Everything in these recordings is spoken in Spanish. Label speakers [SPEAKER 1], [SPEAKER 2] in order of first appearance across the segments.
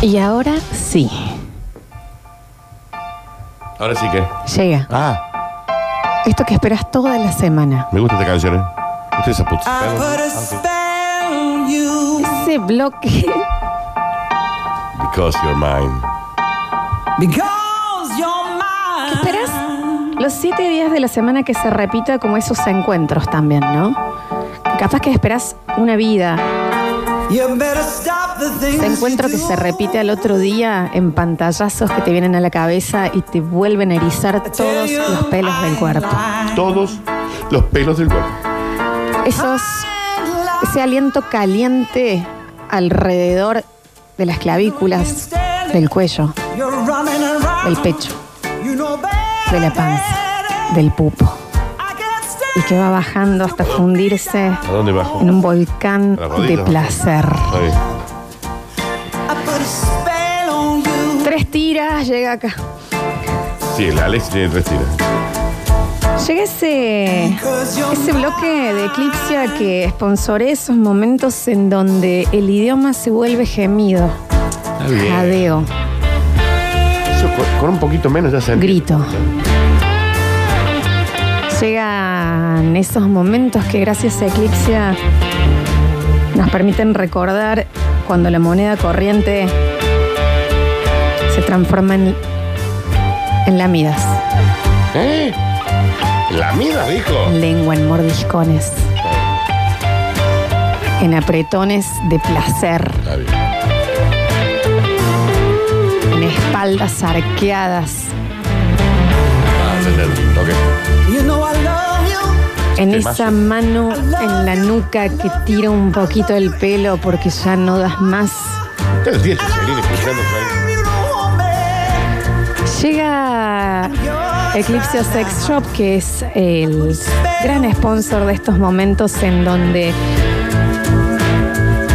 [SPEAKER 1] Y ahora sí,
[SPEAKER 2] Ahora sí que.
[SPEAKER 1] llega.
[SPEAKER 2] Ah,
[SPEAKER 1] Esto que esperas toda la semana.
[SPEAKER 2] me gusta esta canción, ¿eh? Esto es Zaput.
[SPEAKER 3] I put a spell on you
[SPEAKER 1] Ese bloque.
[SPEAKER 2] Because you're mine.
[SPEAKER 3] because you're mine.
[SPEAKER 1] ¿Qué esperas? Los siete días de la semana que se repita como esos encuentros también, ¿no? Capaz que esperas una vida,
[SPEAKER 3] You better stop the things
[SPEAKER 1] ese encuentro
[SPEAKER 3] you
[SPEAKER 1] que se
[SPEAKER 3] do.
[SPEAKER 1] repite al otro día en pantallazos que te vienen a la cabeza y te vuelven a erizar todos los pelos del cuerpo.
[SPEAKER 2] Todos los pelos del cuerpo.
[SPEAKER 1] Esos, ese aliento caliente alrededor de las clavículas, del cuello,
[SPEAKER 3] You're running around.
[SPEAKER 1] del pecho,
[SPEAKER 3] You know better.
[SPEAKER 1] de la panza, del pupo.
[SPEAKER 3] I can't
[SPEAKER 1] Y
[SPEAKER 3] stand
[SPEAKER 1] que va bajando hasta fundirse
[SPEAKER 2] ¿A dónde bajo?
[SPEAKER 1] en un volcán de placer.
[SPEAKER 2] Está bien.
[SPEAKER 3] I put a spell on you.
[SPEAKER 1] Tres tiras, llega acá.
[SPEAKER 2] Sí, el Alex tiene tres tiras.
[SPEAKER 1] Llega ese,
[SPEAKER 3] Cause you're
[SPEAKER 1] ese bloque de Eclipsia que sponsoré esos momentos en donde el idioma se vuelve gemido,
[SPEAKER 2] Está
[SPEAKER 1] jadeo.
[SPEAKER 2] Eso con, con un poquito menos ya se entiende.
[SPEAKER 1] Grito. Llegan esos momentos que gracias a Eclipsia nos permiten recordar cuando la moneda corriente se transforma en, en lamidas,
[SPEAKER 2] ¿Eh? La mida, dijo.
[SPEAKER 1] en lengua, en mordiscones, en apretones de placer,
[SPEAKER 2] Está bien.
[SPEAKER 1] en espaldas arqueadas,
[SPEAKER 2] Ah, se entiende. Ok.
[SPEAKER 3] You know I love you.
[SPEAKER 1] en
[SPEAKER 2] Temazo.
[SPEAKER 1] esa mano en la nuca que tira un poquito el pelo porque ya no das más.
[SPEAKER 2] Ustedes tienen Chicherín escuchando por ahí.
[SPEAKER 3] If you don't want me,
[SPEAKER 1] Llega
[SPEAKER 3] you're
[SPEAKER 1] Eclipse Sex Shop, que es el gran sponsor de estos momentos en donde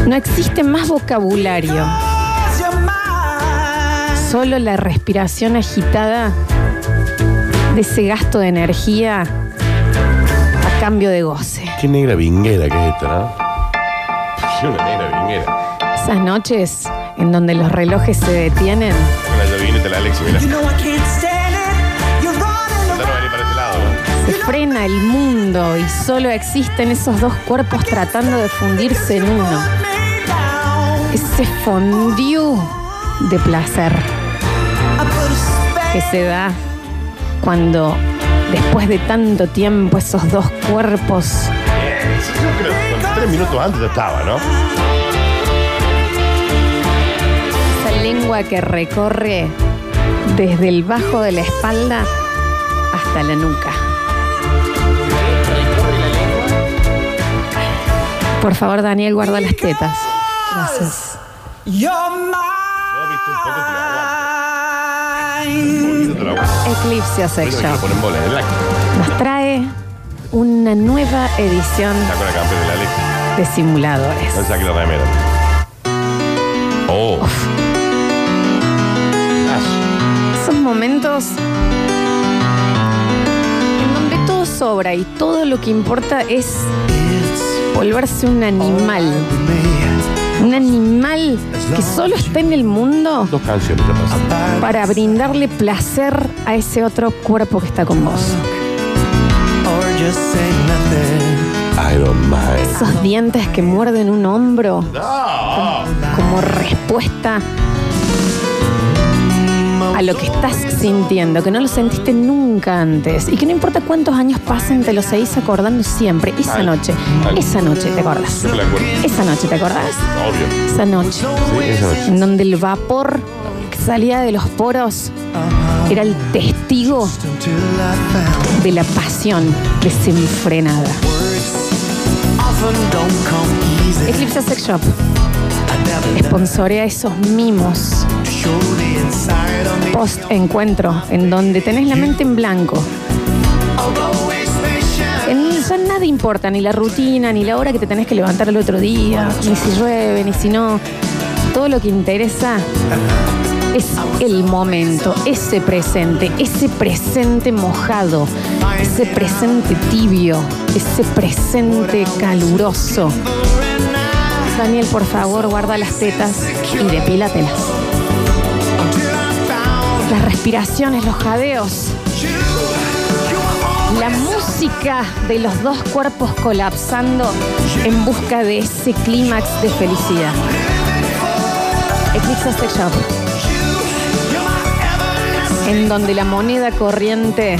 [SPEAKER 1] no existe más vocabulario,
[SPEAKER 3] cause you're mine.
[SPEAKER 1] solo la respiración agitada de ese gasto de energía a cambio de goce.
[SPEAKER 2] Qué negra vinguera que es esta, ¿no? Sí, una negra vinguera.
[SPEAKER 1] Esas noches en donde los relojes se detienen,
[SPEAKER 2] Con la llovineta la este Alex, mira.
[SPEAKER 3] You know I can't stand it. You're running
[SPEAKER 2] Ya no va a venir para este lado, ¿no?
[SPEAKER 1] se frena el mundo y solo existen esos dos cuerpos tratando de fundirse en uno.
[SPEAKER 3] around me down.
[SPEAKER 1] ese fondue de placer
[SPEAKER 3] I put a spell
[SPEAKER 1] que se da cuando después de tanto tiempo esos dos cuerpos
[SPEAKER 2] Bien. Sí, yo creo que con tres minutos antes ya estaba, ¿no?
[SPEAKER 1] esa lengua que recorre desde el bajo de la espalda hasta la nuca. Por favor, Daniel, guarda las tetas. Gracias.
[SPEAKER 3] You're
[SPEAKER 2] No, viste, un poco te lo aguanto.
[SPEAKER 3] mine.
[SPEAKER 2] Un poquito te lo aguanto.
[SPEAKER 1] Eclipse Sex
[SPEAKER 2] Ahorita me quiero
[SPEAKER 1] Shop
[SPEAKER 2] poner en bola, en el acto.
[SPEAKER 1] nos trae una nueva edición
[SPEAKER 2] Está con la campera de la Alex.
[SPEAKER 1] de simuladores.
[SPEAKER 2] No saque la remera. Oh. Ah,
[SPEAKER 1] Esos momentos en donde todo sobra y todo lo que importa es volverse un animal. Un animal que solo está en el
[SPEAKER 3] Oh.
[SPEAKER 1] mundo
[SPEAKER 2] Dos canciones ya pasan.
[SPEAKER 1] para brindarle placer a ese otro cuerpo que está con vos.
[SPEAKER 3] Or just say nothing.
[SPEAKER 2] I don't mind.
[SPEAKER 1] Esos dientes que muerden un hombro
[SPEAKER 2] No.
[SPEAKER 1] como respuesta a lo que estás sintiendo, que no lo sentiste nunca antes y que no importa cuántos años pasen, te lo seguís acordando siempre. Esa
[SPEAKER 2] Mal.
[SPEAKER 1] noche,
[SPEAKER 2] Mal.
[SPEAKER 1] esa noche te acordás.
[SPEAKER 2] Yo me la acuerdo.
[SPEAKER 1] Esa noche te acordás.
[SPEAKER 2] Obvio.
[SPEAKER 1] Esa noche,
[SPEAKER 2] Sí, esa noche.
[SPEAKER 1] en donde el vapor que salía de los poros era el testigo
[SPEAKER 3] Till I found
[SPEAKER 1] de la pasión desenfrenada.
[SPEAKER 3] words often don't come easy.
[SPEAKER 1] Eclipse Sex Shop
[SPEAKER 3] I never
[SPEAKER 1] sponsorea esos mimos
[SPEAKER 3] to show the inside of me.
[SPEAKER 1] post-encuentro en donde tenés la mente en blanco.
[SPEAKER 3] I'm always patient.
[SPEAKER 1] En ya nada importa, ni la rutina, ni la hora que te tenés que levantar el otro día, ni si llueve, ni si no. Todo lo que interesa es el momento, ese presente, ese presente mojado, ese presente tibio, ese presente caluroso. Daniel, por favor, guarda las tetas y depílatelas. Las respiraciones, los jadeos. La música de los dos cuerpos colapsando en busca de ese clímax de felicidad. Eclipse Sex Shop. En donde la moneda corriente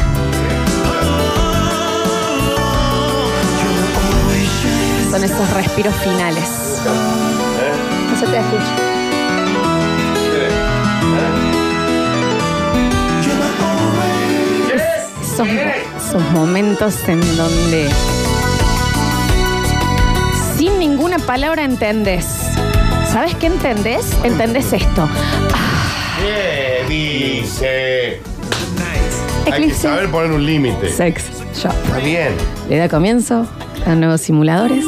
[SPEAKER 1] son esos respiros finales.
[SPEAKER 3] Pues
[SPEAKER 1] No se te escucha.
[SPEAKER 2] Eh,
[SPEAKER 1] Esos, esos momentos en donde sin ninguna palabra entendés. ¿Sabes qué entendés? Entendés esto.
[SPEAKER 2] ¿Qué dice? Hay que
[SPEAKER 1] Eclipse
[SPEAKER 2] saber poner un límite.
[SPEAKER 1] Sex Shop.
[SPEAKER 2] Está bien.
[SPEAKER 1] Le da comienzo a nuevos simuladores.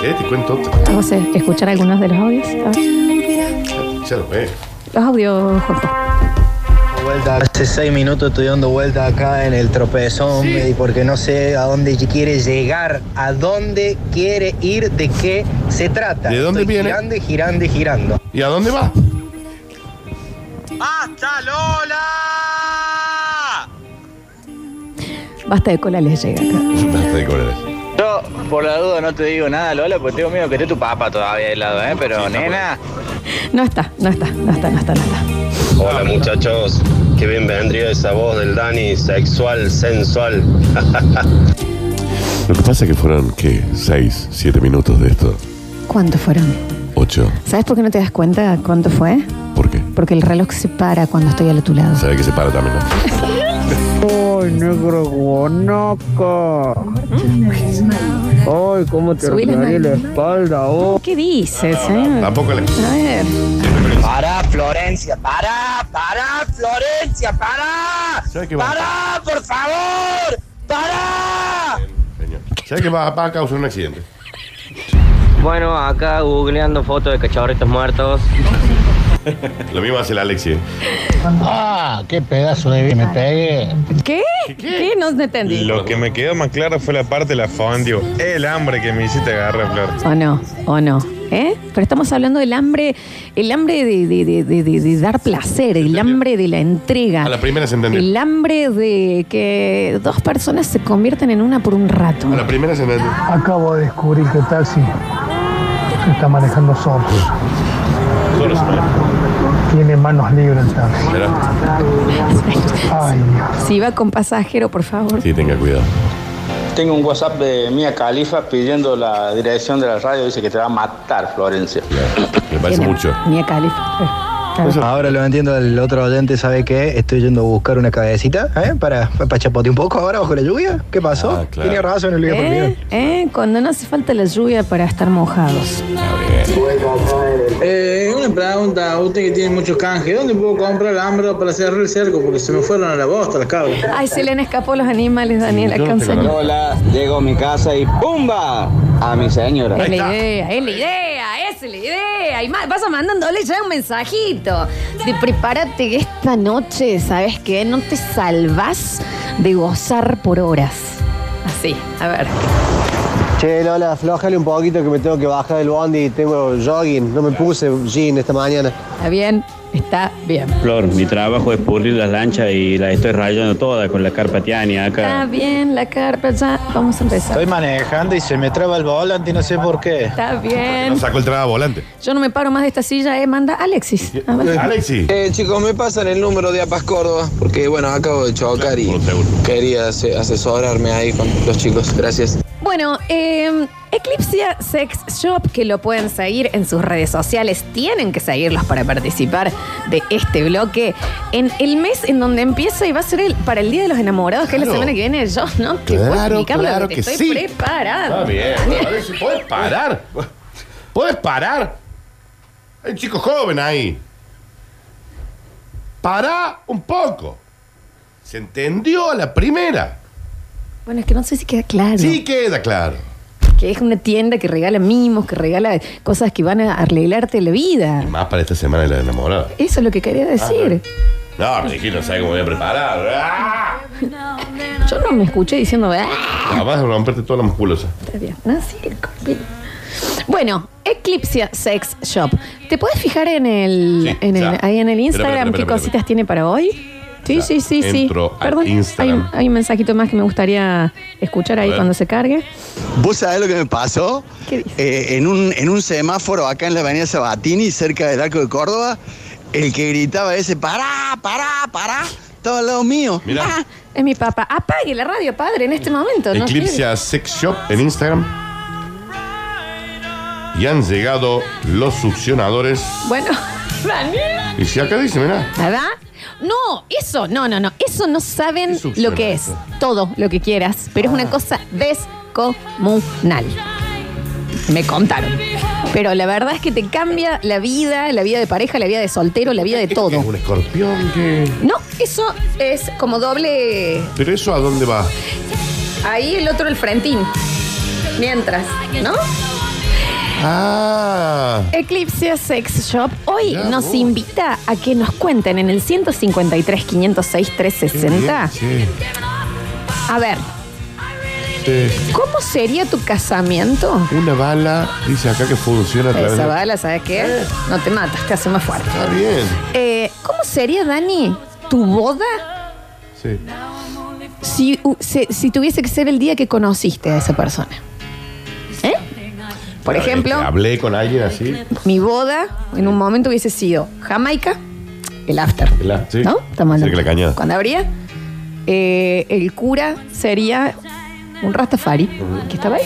[SPEAKER 2] ¿Qué? Te cuento otro.
[SPEAKER 1] Vamos a escuchar algunos de los audios. A ver.
[SPEAKER 2] Ya lo ves.
[SPEAKER 1] Los audios, Juanpa.
[SPEAKER 4] Vuelta. Hace seis minutos estoy dando vuelta acá en el tropezón y porque no sé a dónde quiere llegar, a dónde quiere ir, de qué se trata.
[SPEAKER 2] ¿De dónde
[SPEAKER 4] Estoy
[SPEAKER 2] viene?
[SPEAKER 4] Girando y girando y girando.
[SPEAKER 2] ¿Y a dónde va?
[SPEAKER 5] ¡Basta, Lola!
[SPEAKER 1] Basta de cola les llega acá.
[SPEAKER 2] Basta de colores.
[SPEAKER 6] Yo, por la duda, no te digo nada, Lola, porque tengo miedo que esté tu papá todavía de lado, ¿eh? Pero, nena.
[SPEAKER 1] No está, no está, no está, no está, no está.
[SPEAKER 7] Hola muchachos, qué bien vendría esa voz del Dani, sexual, sensual.
[SPEAKER 2] Lo que pasa es que fueron, ¿qué? Seis, siete minutos de esto.
[SPEAKER 1] ¿Cuántos fueron?
[SPEAKER 2] Ocho.
[SPEAKER 1] ¿Sabes por qué no te das cuenta cuánto fue?
[SPEAKER 2] ¿Por qué?
[SPEAKER 1] Porque el reloj se para cuando estoy al tu lado.
[SPEAKER 2] Sabe que se para también. ¿no?
[SPEAKER 8] ¡Ay, negro guanaco! ¡Ay, cómo te
[SPEAKER 1] Subile,
[SPEAKER 8] recargué la
[SPEAKER 1] Mario.
[SPEAKER 8] espalda! Oh.
[SPEAKER 1] ¿Qué dices, eh?
[SPEAKER 2] Tampoco le.
[SPEAKER 1] A ver.
[SPEAKER 6] ¡Para, Florencia! ¡Para! ¡Para, Florencia! ¡Para!
[SPEAKER 2] ¿Sabes qué va?
[SPEAKER 6] ¡Para, por favor! ¡Para!
[SPEAKER 2] Señor. ¿Sabes que va, va a causar un accidente?
[SPEAKER 9] Bueno, acá googleando fotos de cachorritos muertos.
[SPEAKER 2] Lo mismo hace el ¿eh? Alexi.
[SPEAKER 10] Ah, qué pedazo de me pegué.
[SPEAKER 1] ¿Qué? ¿Qué? No te entendí.
[SPEAKER 11] Lo que me quedó más claro fue la parte de la fondio. El hambre que me hiciste agarrar, Flor.
[SPEAKER 1] O no, o no. ¿Eh? Pero estamos hablando del hambre, el hambre de, de- de- de- de- de dar placer, el hambre de la entrega.
[SPEAKER 2] A la primera se entendió.
[SPEAKER 1] El hambre de que dos personas se conviertan en una por un rato.
[SPEAKER 2] A la primera se entendió.
[SPEAKER 10] Acabo de descubrir que el taxi se está manejando solo.
[SPEAKER 2] Solo se para.
[SPEAKER 10] Tiene manos libres el taxi.
[SPEAKER 2] Espera.
[SPEAKER 10] Ay, Dios.
[SPEAKER 1] Si va con pasajero, por favor.
[SPEAKER 2] Sí, tenga cuidado.
[SPEAKER 6] Tengo un WhatsApp de Mía Califa pidiendo la dirección de la radio. Dice que te va a matar, Florencia.
[SPEAKER 2] Me parece
[SPEAKER 1] Tiene-
[SPEAKER 2] mucho.
[SPEAKER 1] Mia Khalifa. Claro.
[SPEAKER 4] Ahora lo entiendo, el otro oyente sabe que estoy yendo a buscar una cabecita, ¿eh? Para, para chapotear un poco ahora bajo la lluvia. ¿Qué pasó?
[SPEAKER 2] Ah, claro.
[SPEAKER 4] Tenía razón el video por video.
[SPEAKER 1] ¿Eh? ¿Eh? Cuando no hace falta la lluvia para estar mojados.
[SPEAKER 8] Eh, una pregunta, usted que tiene muchos canjes, ¿dónde puedo comprar hambre para cerrar el cerco? Porque se me fueron a la bosta las cabras.
[SPEAKER 1] Ay, se le han escapado los animales, Daniel.
[SPEAKER 2] yo no
[SPEAKER 1] alcanza.
[SPEAKER 2] tengo
[SPEAKER 6] Lola, llego a mi casa y ¡pumba! A mi señora.
[SPEAKER 1] Es la
[SPEAKER 2] está.
[SPEAKER 1] idea, es la idea, es la idea. Y ma- vas a mandándole ya un mensajito. De prepárate que esta noche, ¿sabes qué? No te salvas de gozar por horas. Así, a ver.
[SPEAKER 4] Che, Lola, aflojale un poquito que me tengo que bajar del bondi y tengo jogging. No me puse jean esta mañana.
[SPEAKER 1] Está bien, está bien.
[SPEAKER 9] Flor, mi trabajo es pudrir las lanchas y las estoy rayando todas con la carpatiania
[SPEAKER 1] Está
[SPEAKER 9] acá.
[SPEAKER 1] bien la carpa, ya vamos a empezar.
[SPEAKER 4] Estoy manejando y se me traba el volante y no sé por qué.
[SPEAKER 1] Está
[SPEAKER 2] No
[SPEAKER 1] bien.
[SPEAKER 2] sacó el trago volante.
[SPEAKER 1] Yo no me paro más de esta silla, eh. Manda Alexis. A ver.
[SPEAKER 2] Alexi.
[SPEAKER 8] Eh, chicos, me pasan el número de Apas Córdoba, porque bueno, acabo de chocar
[SPEAKER 2] Por un seguro.
[SPEAKER 8] quería asesorarme ahí con los chicos. Gracias.
[SPEAKER 1] Bueno, eh, Eclipsia Sex Shop, que lo pueden seguir en sus redes sociales, tienen que seguirlos para participar de este bloque. En el mes en donde empieza y va a ser el, para el Día de los Enamorados, que es la
[SPEAKER 2] Claro.
[SPEAKER 1] semana que viene, yo no te puedo
[SPEAKER 2] Claro,
[SPEAKER 1] explicar lo
[SPEAKER 2] claro
[SPEAKER 1] que
[SPEAKER 2] que
[SPEAKER 1] estoy
[SPEAKER 2] sí.
[SPEAKER 1] preparada.
[SPEAKER 2] Está bien. ¿Puedes parar? ¿Puedes parar? Hay un chico joven ahí. Pará un poco. Se entendió a la primera.
[SPEAKER 1] Bueno, es que no sé si queda claro.
[SPEAKER 2] Sí queda claro.
[SPEAKER 1] Que es una tienda que regala mimos, que regala cosas que van a arreglarte la vida.
[SPEAKER 2] Y más para esta semana de la enamorada.
[SPEAKER 1] Eso es lo que quería decir.
[SPEAKER 2] Ah, No, pero es que no sabe cómo voy a preparar. ¡Ah!
[SPEAKER 1] Yo no me escuché diciendo... "Ah".
[SPEAKER 2] No, vas a romperte toda la musculosa.
[SPEAKER 1] Está bien. No, sí, el corpi. Bueno, Eclipsia Sex Shop. ¿Te puedes fijar en el,
[SPEAKER 2] Sí,
[SPEAKER 1] en el-
[SPEAKER 2] ya.
[SPEAKER 1] ahí en el Instagram
[SPEAKER 2] Espera, espera, espera,
[SPEAKER 1] qué
[SPEAKER 2] espera,
[SPEAKER 1] cositas tiene para hoy? Sí,
[SPEAKER 2] Ya,
[SPEAKER 1] sí, sí, sí.
[SPEAKER 2] entro al
[SPEAKER 1] Perdón, hay, un-
[SPEAKER 2] Instagram.
[SPEAKER 1] hay un mensajito más que me gustaría escuchar
[SPEAKER 2] A
[SPEAKER 1] ahí
[SPEAKER 2] ver.
[SPEAKER 1] cuando se cargue.
[SPEAKER 5] ¿Vos sabés lo que me pasó? Eh, en, un, en un semáforo acá en la avenida Sabatini, cerca del Arco de Córdoba, el que gritaba ese, pará, pará, pará, estaba al lado mío.
[SPEAKER 1] Ah, es mi papá. Apague la radio, padre, en este momento. no
[SPEAKER 2] Eclipsia Sex Shop en Instagram. Y han llegado los succionadores.
[SPEAKER 1] quiere. Bueno, Daniel.
[SPEAKER 2] Y si acá dice, mirá.
[SPEAKER 1] ¿Verdad? No, eso, no, no, no. Eso no saben lo que es. Todo lo que quieras, pero
[SPEAKER 2] Ah.
[SPEAKER 1] es una cosa descomunal. Me contaron. Pero la verdad es que te cambia la vida, la vida de pareja, la vida de soltero, la vida de todo.
[SPEAKER 2] Un escorpión que.
[SPEAKER 1] No, eso es como doble.
[SPEAKER 2] Pero eso a dónde va?
[SPEAKER 1] Ahí el otro, el frentín. Mientras, ¿no?
[SPEAKER 2] Ah.
[SPEAKER 1] Eclipse Sex Shop hoy nos invita a que nos cuenten en el 153 506 360.
[SPEAKER 2] Sí.
[SPEAKER 1] A ver,
[SPEAKER 2] sí.
[SPEAKER 1] ¿cómo sería tu casamiento?
[SPEAKER 2] Una bala dice acá que funciona a través
[SPEAKER 1] Esa
[SPEAKER 2] de-
[SPEAKER 1] bala, ¿sabes qué? No te matas, te hace más fuerte.
[SPEAKER 2] Está bien.
[SPEAKER 1] Eh, ¿Cómo sería, Dani, tu boda
[SPEAKER 2] Sí.
[SPEAKER 1] si, u- se- si tuviese que ser el día que conociste a esa persona? ¿Eh? Por
[SPEAKER 2] Claro,
[SPEAKER 1] ejemplo-
[SPEAKER 2] es que Hablé con alguien así.
[SPEAKER 1] Mi boda en un momento hubiese sido Jamaica, el after.
[SPEAKER 2] La, sí.
[SPEAKER 1] ¿No? Estamos hablando.
[SPEAKER 2] Cerca de la cañada.
[SPEAKER 1] Cuando habría, eh, el cura sería un rastafari, que estaba ahí.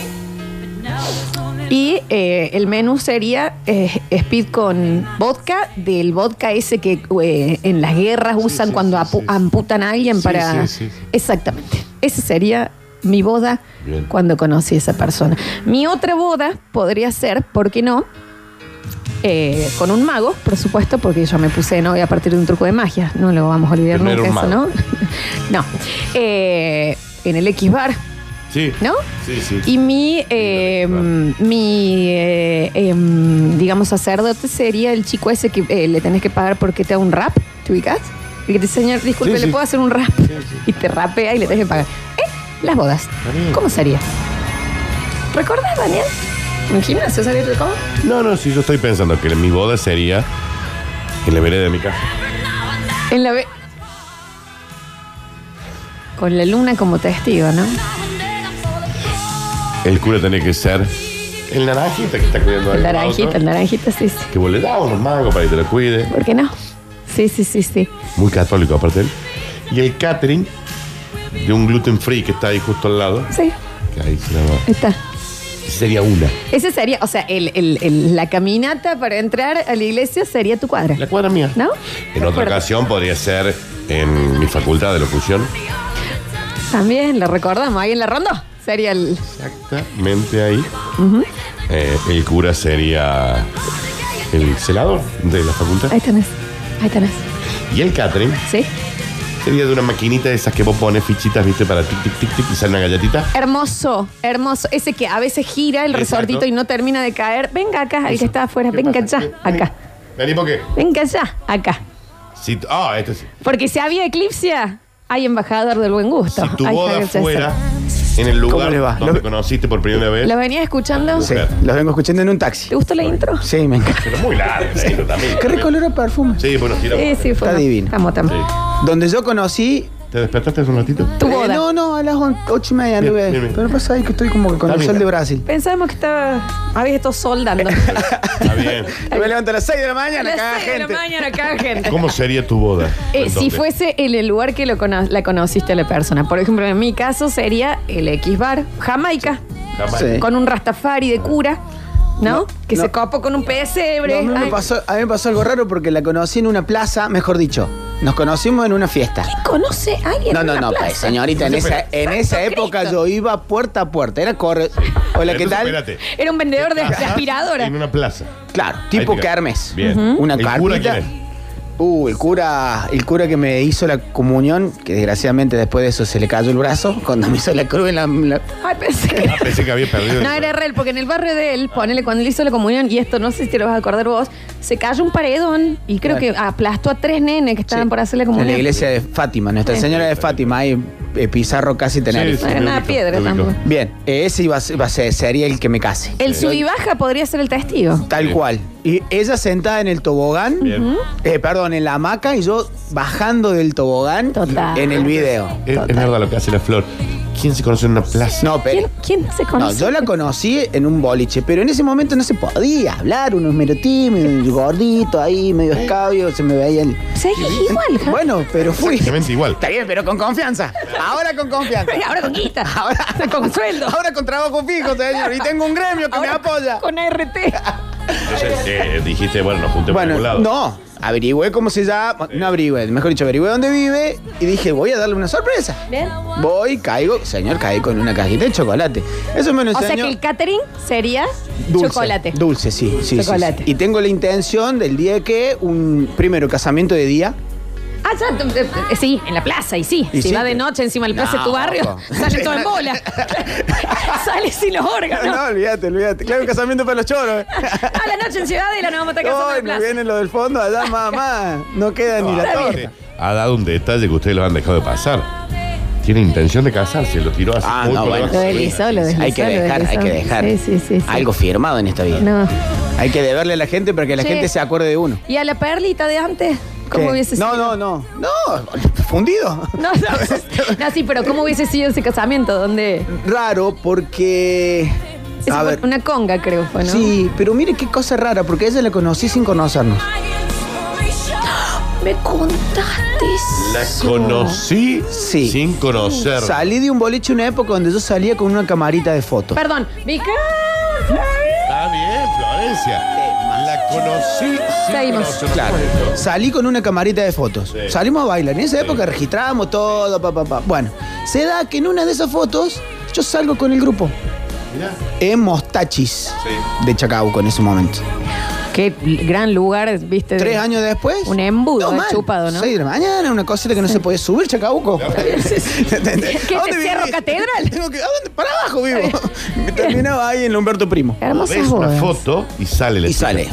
[SPEAKER 1] Y eh, el menú sería eh, speed con vodka, del vodka ese que eh, en las guerras usan cuando apu- amputan a alguien
[SPEAKER 2] Sí,
[SPEAKER 1] para...
[SPEAKER 2] sí, sí, sí.
[SPEAKER 1] Exactamente. Esa sería mi boda
[SPEAKER 2] Bien.
[SPEAKER 1] cuando conocí a esa persona. Mi otra boda podría ser, ¿por qué no? Eh, con un mago, por supuesto, porque yo me puse de novia a partir de un truco de magia. No lo vamos a olvidar
[SPEAKER 2] Pero no
[SPEAKER 1] nunca
[SPEAKER 2] era un
[SPEAKER 1] eso, ¿no?
[SPEAKER 2] mago.
[SPEAKER 1] no. Eh, en el X Bar,
[SPEAKER 2] Sí.
[SPEAKER 1] ¿no?
[SPEAKER 2] Sí, sí.
[SPEAKER 1] Y mi, eh, mi eh, em, digamos, sacerdote sería el chico ese que eh, le tenés que pagar porque te da un rap, ¿te ubicas? Y que te dice, señor, disculpe,
[SPEAKER 12] Sí,
[SPEAKER 1] ¿le
[SPEAKER 12] sí.
[SPEAKER 1] puedo hacer un rap? Y te rapea y le tenés que pagar. ¿Eh? Las bodas. ¿Cómo sería? ¿Recordás, Daniel? ¿Un gimnasio sería cómo?
[SPEAKER 2] No, no, sí, yo estoy pensando que mi boda sería en la vereda de mi casa.
[SPEAKER 1] En la B. Con la luna como testigo, ¿no?
[SPEAKER 2] El cura tiene que ser el naranjita que está cuidando ahí
[SPEAKER 1] El
[SPEAKER 2] el
[SPEAKER 1] naranjita,
[SPEAKER 2] auto.
[SPEAKER 1] el naranjita, sí, sí.
[SPEAKER 2] Que vos le das unos mangos para que te lo cuide.
[SPEAKER 1] ¿Por qué no? Sí, sí, sí, sí.
[SPEAKER 2] Muy católico, aparte él. Y el catering de un gluten free que está ahí justo al lado.
[SPEAKER 1] Sí.
[SPEAKER 2] Que ahí se llama.
[SPEAKER 1] Está.
[SPEAKER 2] Sería una.
[SPEAKER 1] Ese sería, o sea, el, el- el- la caminata para entrar a la iglesia sería tu cuadra. La
[SPEAKER 2] cuadra mía.
[SPEAKER 1] ¿No?
[SPEAKER 2] En otra ocasión podría ser en mi facultad de locución.
[SPEAKER 1] También lo recordamos, ahí en la ronda sería el...
[SPEAKER 2] Mente ahí.
[SPEAKER 1] Ujú.
[SPEAKER 2] Eh, el cura sería el celador de la facultad.
[SPEAKER 1] Ahí tenés, ahí tenés.
[SPEAKER 2] Y el catering
[SPEAKER 1] Sí.
[SPEAKER 2] sería de una maquinita de esas que vos pones fichitas, viste, para tic, tic, tic, tic y sale una galletita.
[SPEAKER 1] Hermoso, hermoso. Ese que a veces gira el
[SPEAKER 2] Exacto.
[SPEAKER 1] resortito y no termina de caer. Venga acá, el que está afuera. Venga ya, acá.
[SPEAKER 2] Vení porque.
[SPEAKER 1] Venga ya, acá.
[SPEAKER 2] Si, ah, este sí.
[SPEAKER 1] Porque si había eclipsia, hay embajador del buen gusto.
[SPEAKER 2] Tu
[SPEAKER 1] Hay
[SPEAKER 2] boda
[SPEAKER 1] Javier César.
[SPEAKER 2] fuera ¿eh? en el lugar donde conociste por primera vez.
[SPEAKER 1] ¿Lo venía escuchando?
[SPEAKER 13] Sí, los vengo escuchando en un taxi.
[SPEAKER 1] ¿Te gustó la intro?
[SPEAKER 13] Sí, me encanta.
[SPEAKER 2] Pero muy largo, sí, también.
[SPEAKER 13] Qué rico olor a perfume.
[SPEAKER 2] Sí, bueno, tira.
[SPEAKER 1] Sí, sí, fue.
[SPEAKER 13] Está divino.
[SPEAKER 1] Estamos, estamos.
[SPEAKER 13] Donde yo conocí. Eh,
[SPEAKER 2] ¿Te despertaste hace un ratito?
[SPEAKER 1] Tu boda.
[SPEAKER 13] no, no, a las on- ocho y media,
[SPEAKER 2] Bien,
[SPEAKER 13] nueve.
[SPEAKER 2] bien, bien.
[SPEAKER 13] Pero pasa ahí que estoy como que con
[SPEAKER 2] Está
[SPEAKER 13] el
[SPEAKER 2] bien.
[SPEAKER 13] sol de Brasil.
[SPEAKER 1] Pensábamos que estaba. Habías estado soldando.
[SPEAKER 2] Está bien.
[SPEAKER 13] Me levanto a las seis de la mañana,
[SPEAKER 1] Las
[SPEAKER 13] cada
[SPEAKER 1] seis de la
[SPEAKER 13] gente.
[SPEAKER 1] mañana, cada gente.
[SPEAKER 2] ¿Cómo sería tu boda?
[SPEAKER 1] Eh, si
[SPEAKER 2] Entonces,
[SPEAKER 1] fuese en el lugar que lo cono- la conociste a la persona. Por ejemplo, en mi caso sería el X Bar, Jamaica.
[SPEAKER 13] Jamaica. Sí.
[SPEAKER 1] Con un rastafari de cura, ¿no? que se copó con un
[SPEAKER 13] No, a,
[SPEAKER 1] pesebre.
[SPEAKER 13] mí me
[SPEAKER 1] Ay,
[SPEAKER 13] pasó, a mí me pasó algo raro porque la conocí en una plaza, mejor dicho. Nos conocimos en una fiesta.
[SPEAKER 1] ¿Conoce a alguien?
[SPEAKER 13] No,
[SPEAKER 1] en
[SPEAKER 13] no,
[SPEAKER 1] una
[SPEAKER 13] no,
[SPEAKER 1] plaza?
[SPEAKER 13] pues, señorita, en esa, en e-, esa época yo iba puerta a puerta. Era corre. Hola, ¿qué
[SPEAKER 2] Entonces,
[SPEAKER 13] tal?
[SPEAKER 2] espérate.
[SPEAKER 1] Era un vendedor de, de
[SPEAKER 13] Ajá.
[SPEAKER 1] aspiradora.
[SPEAKER 2] En una plaza.
[SPEAKER 13] Claro, tipo
[SPEAKER 2] Ahí te queda.
[SPEAKER 13] Kermes.
[SPEAKER 2] Bien.
[SPEAKER 13] Una
[SPEAKER 2] ¿El cura
[SPEAKER 13] carpita.
[SPEAKER 2] quién
[SPEAKER 13] Uh, el cura, el cura que me hizo la comunión, que desgraciadamente después de eso se le cayó el brazo, cuando me hizo la cruz en la. la-
[SPEAKER 1] Ay, pensé que.
[SPEAKER 2] Ah, pensé que había perdido. el-
[SPEAKER 1] No, era real, porque en el barrio de él, ponele cuando él hizo la comunión, y esto no sé si te lo vas a acordar vos, se cayó un paredón y creo
[SPEAKER 13] Bueno.
[SPEAKER 1] que aplastó a tres nenes que estaban por hacer la
[SPEAKER 13] en
[SPEAKER 1] comunión.
[SPEAKER 13] la iglesia de Fátima, Nuestra
[SPEAKER 1] Sí.
[SPEAKER 13] Señora de Fátima, ahí eh, Pizarro casi tener.
[SPEAKER 1] Sí, sí, No era lo nada ubico, piedra lo ubico. tampoco.
[SPEAKER 13] Bien, eh, ese iba a, ser- va a ser, sería el que me case.
[SPEAKER 1] El sub y baja podría ser el testigo.
[SPEAKER 13] Tal cual. Y ella sentada en el tobogán, eh, perdón, en la hamaca y yo bajando del tobogán
[SPEAKER 1] Total.
[SPEAKER 13] en el video.
[SPEAKER 2] Es, es verdad lo que hace la flor. ¿Quién se conoce en una plaza?
[SPEAKER 13] No, pero.
[SPEAKER 1] ¿Quién, quién se
[SPEAKER 13] No,
[SPEAKER 1] conoce?
[SPEAKER 13] yo la conocí en un boliche, pero en ese momento no se podía hablar, uno es medio tímido, gordito ahí, medio escabio, se me veía el...
[SPEAKER 1] Seguí igual, ¿eh? Ja.
[SPEAKER 13] Bueno, pero fui.
[SPEAKER 2] Exactamente igual.
[SPEAKER 13] Está bien, pero con confianza. Ahora con confianza.
[SPEAKER 1] Ahora con quita.
[SPEAKER 13] Ahora
[SPEAKER 1] Con sueldo.
[SPEAKER 13] Ahora con trabajo fijo, señor. Y tengo un gremio que me apoya.
[SPEAKER 1] Con ART.
[SPEAKER 2] Entonces eh, dijiste, bueno, nos juntemos por
[SPEAKER 13] Bueno,
[SPEAKER 2] un lado.
[SPEAKER 13] no. Averigüé cómo se llama. No averigüé, mejor dicho, averigüé dónde vive y dije, voy a darle una sorpresa.
[SPEAKER 1] Bien.
[SPEAKER 13] Voy, caigo, señor, caí con una cajita de chocolate. Eso me lo
[SPEAKER 1] O
[SPEAKER 13] enseñó.
[SPEAKER 1] sea que el catering sería
[SPEAKER 13] este Dulce,
[SPEAKER 1] chocolate.
[SPEAKER 13] Dulce, sí, sí, sí, sí.
[SPEAKER 1] Chocolate.
[SPEAKER 13] Y tengo la intención del día que un primero casamiento de día.
[SPEAKER 1] Ah, ya, t- t- t- sí, en la plaza, y sí.
[SPEAKER 13] Y
[SPEAKER 1] si
[SPEAKER 13] sí,
[SPEAKER 1] va de
[SPEAKER 13] que-
[SPEAKER 1] noche encima del plaza de tu
[SPEAKER 13] No,
[SPEAKER 1] barrio,
[SPEAKER 13] ojo.
[SPEAKER 1] sale todo en bola. sale sin los órganos.
[SPEAKER 13] No, olvídate, olvídate. Claro, un casamiento para los choros. eh.
[SPEAKER 1] A la noche en Ciudadela nos vamos a estar casando en
[SPEAKER 13] Ay,
[SPEAKER 1] el
[SPEAKER 13] me
[SPEAKER 1] plaza.
[SPEAKER 13] viene lo del fondo allá, mamá. No queda ni la
[SPEAKER 2] Aparte,
[SPEAKER 13] torta.
[SPEAKER 2] Ha dado un detalle que ustedes lo han dejado de pasar. Tiene intención de casarse, lo tiró así.
[SPEAKER 13] Ah,
[SPEAKER 2] muy
[SPEAKER 13] no,
[SPEAKER 2] por
[SPEAKER 13] bueno.
[SPEAKER 2] debajo.
[SPEAKER 1] Lo deslizó, lo deslizó.
[SPEAKER 13] Hay que
[SPEAKER 1] lo
[SPEAKER 13] dejar, hay
[SPEAKER 1] deslizó.
[SPEAKER 13] que dejar.
[SPEAKER 1] Sí, sí, sí. sí.
[SPEAKER 13] Algo firmado en esta vida.
[SPEAKER 1] No.
[SPEAKER 13] Hay que deberle a la gente para que la
[SPEAKER 1] Sí.
[SPEAKER 13] gente se acuerde de uno.
[SPEAKER 1] ¿Y a la perlita de antes? ¿Cómo
[SPEAKER 13] ¿Qué?
[SPEAKER 1] hubiese
[SPEAKER 13] no,
[SPEAKER 1] sido?
[SPEAKER 13] no, no. No, fundido.
[SPEAKER 1] No, no. No, sí, pero ¿cómo hubiese sido ese casamiento? ¿Dónde?
[SPEAKER 13] Raro porque.
[SPEAKER 1] Eso
[SPEAKER 13] a
[SPEAKER 1] fue
[SPEAKER 13] ver.
[SPEAKER 1] Una conga, creo, fue, ¿no?
[SPEAKER 13] Sí, pero mire qué cosa rara, porque a ella la conocí sin conocernos.
[SPEAKER 1] Me contaste
[SPEAKER 2] La
[SPEAKER 1] eso.
[SPEAKER 2] conocí
[SPEAKER 13] Sí.
[SPEAKER 2] sin conocer.
[SPEAKER 13] Salí de un boliche una época donde yo salía con una camarita de fotos.
[SPEAKER 1] Perdón, Vika.
[SPEAKER 2] Está bien, Florencia. La conocí sin
[SPEAKER 1] Seguimos.
[SPEAKER 2] conocer.
[SPEAKER 13] Claro. Salí con una camarita de fotos.
[SPEAKER 2] Sí.
[SPEAKER 13] Salimos a bailar. En esa época registrábamos todo, pa, pa, pa. Bueno, se da que en una de esas fotos yo salgo con el grupo.
[SPEAKER 2] Mirá.
[SPEAKER 13] En Mostachis
[SPEAKER 2] Sí.
[SPEAKER 13] de Chacabuco en ese momento.
[SPEAKER 1] Qué gran lugar, viste.
[SPEAKER 13] Tres años después.
[SPEAKER 1] Un embudo
[SPEAKER 13] mal.
[SPEAKER 1] chupado, ¿no?
[SPEAKER 13] Seis de la mañana, una cosita que no se podía subir, Chacabuco. ¿Entendés?
[SPEAKER 1] ¿Qué,
[SPEAKER 13] ¿A
[SPEAKER 1] te
[SPEAKER 13] dónde
[SPEAKER 1] cierro
[SPEAKER 13] vivís?
[SPEAKER 1] catedral?
[SPEAKER 13] Tengo que- ¿a dónde? Para abajo vivo. Me terminaba ahí en la Humberto Primo.
[SPEAKER 1] Hermosas
[SPEAKER 2] Ves una
[SPEAKER 1] bodas.
[SPEAKER 2] foto y sale la
[SPEAKER 13] Y
[SPEAKER 2] chica.
[SPEAKER 13] sale.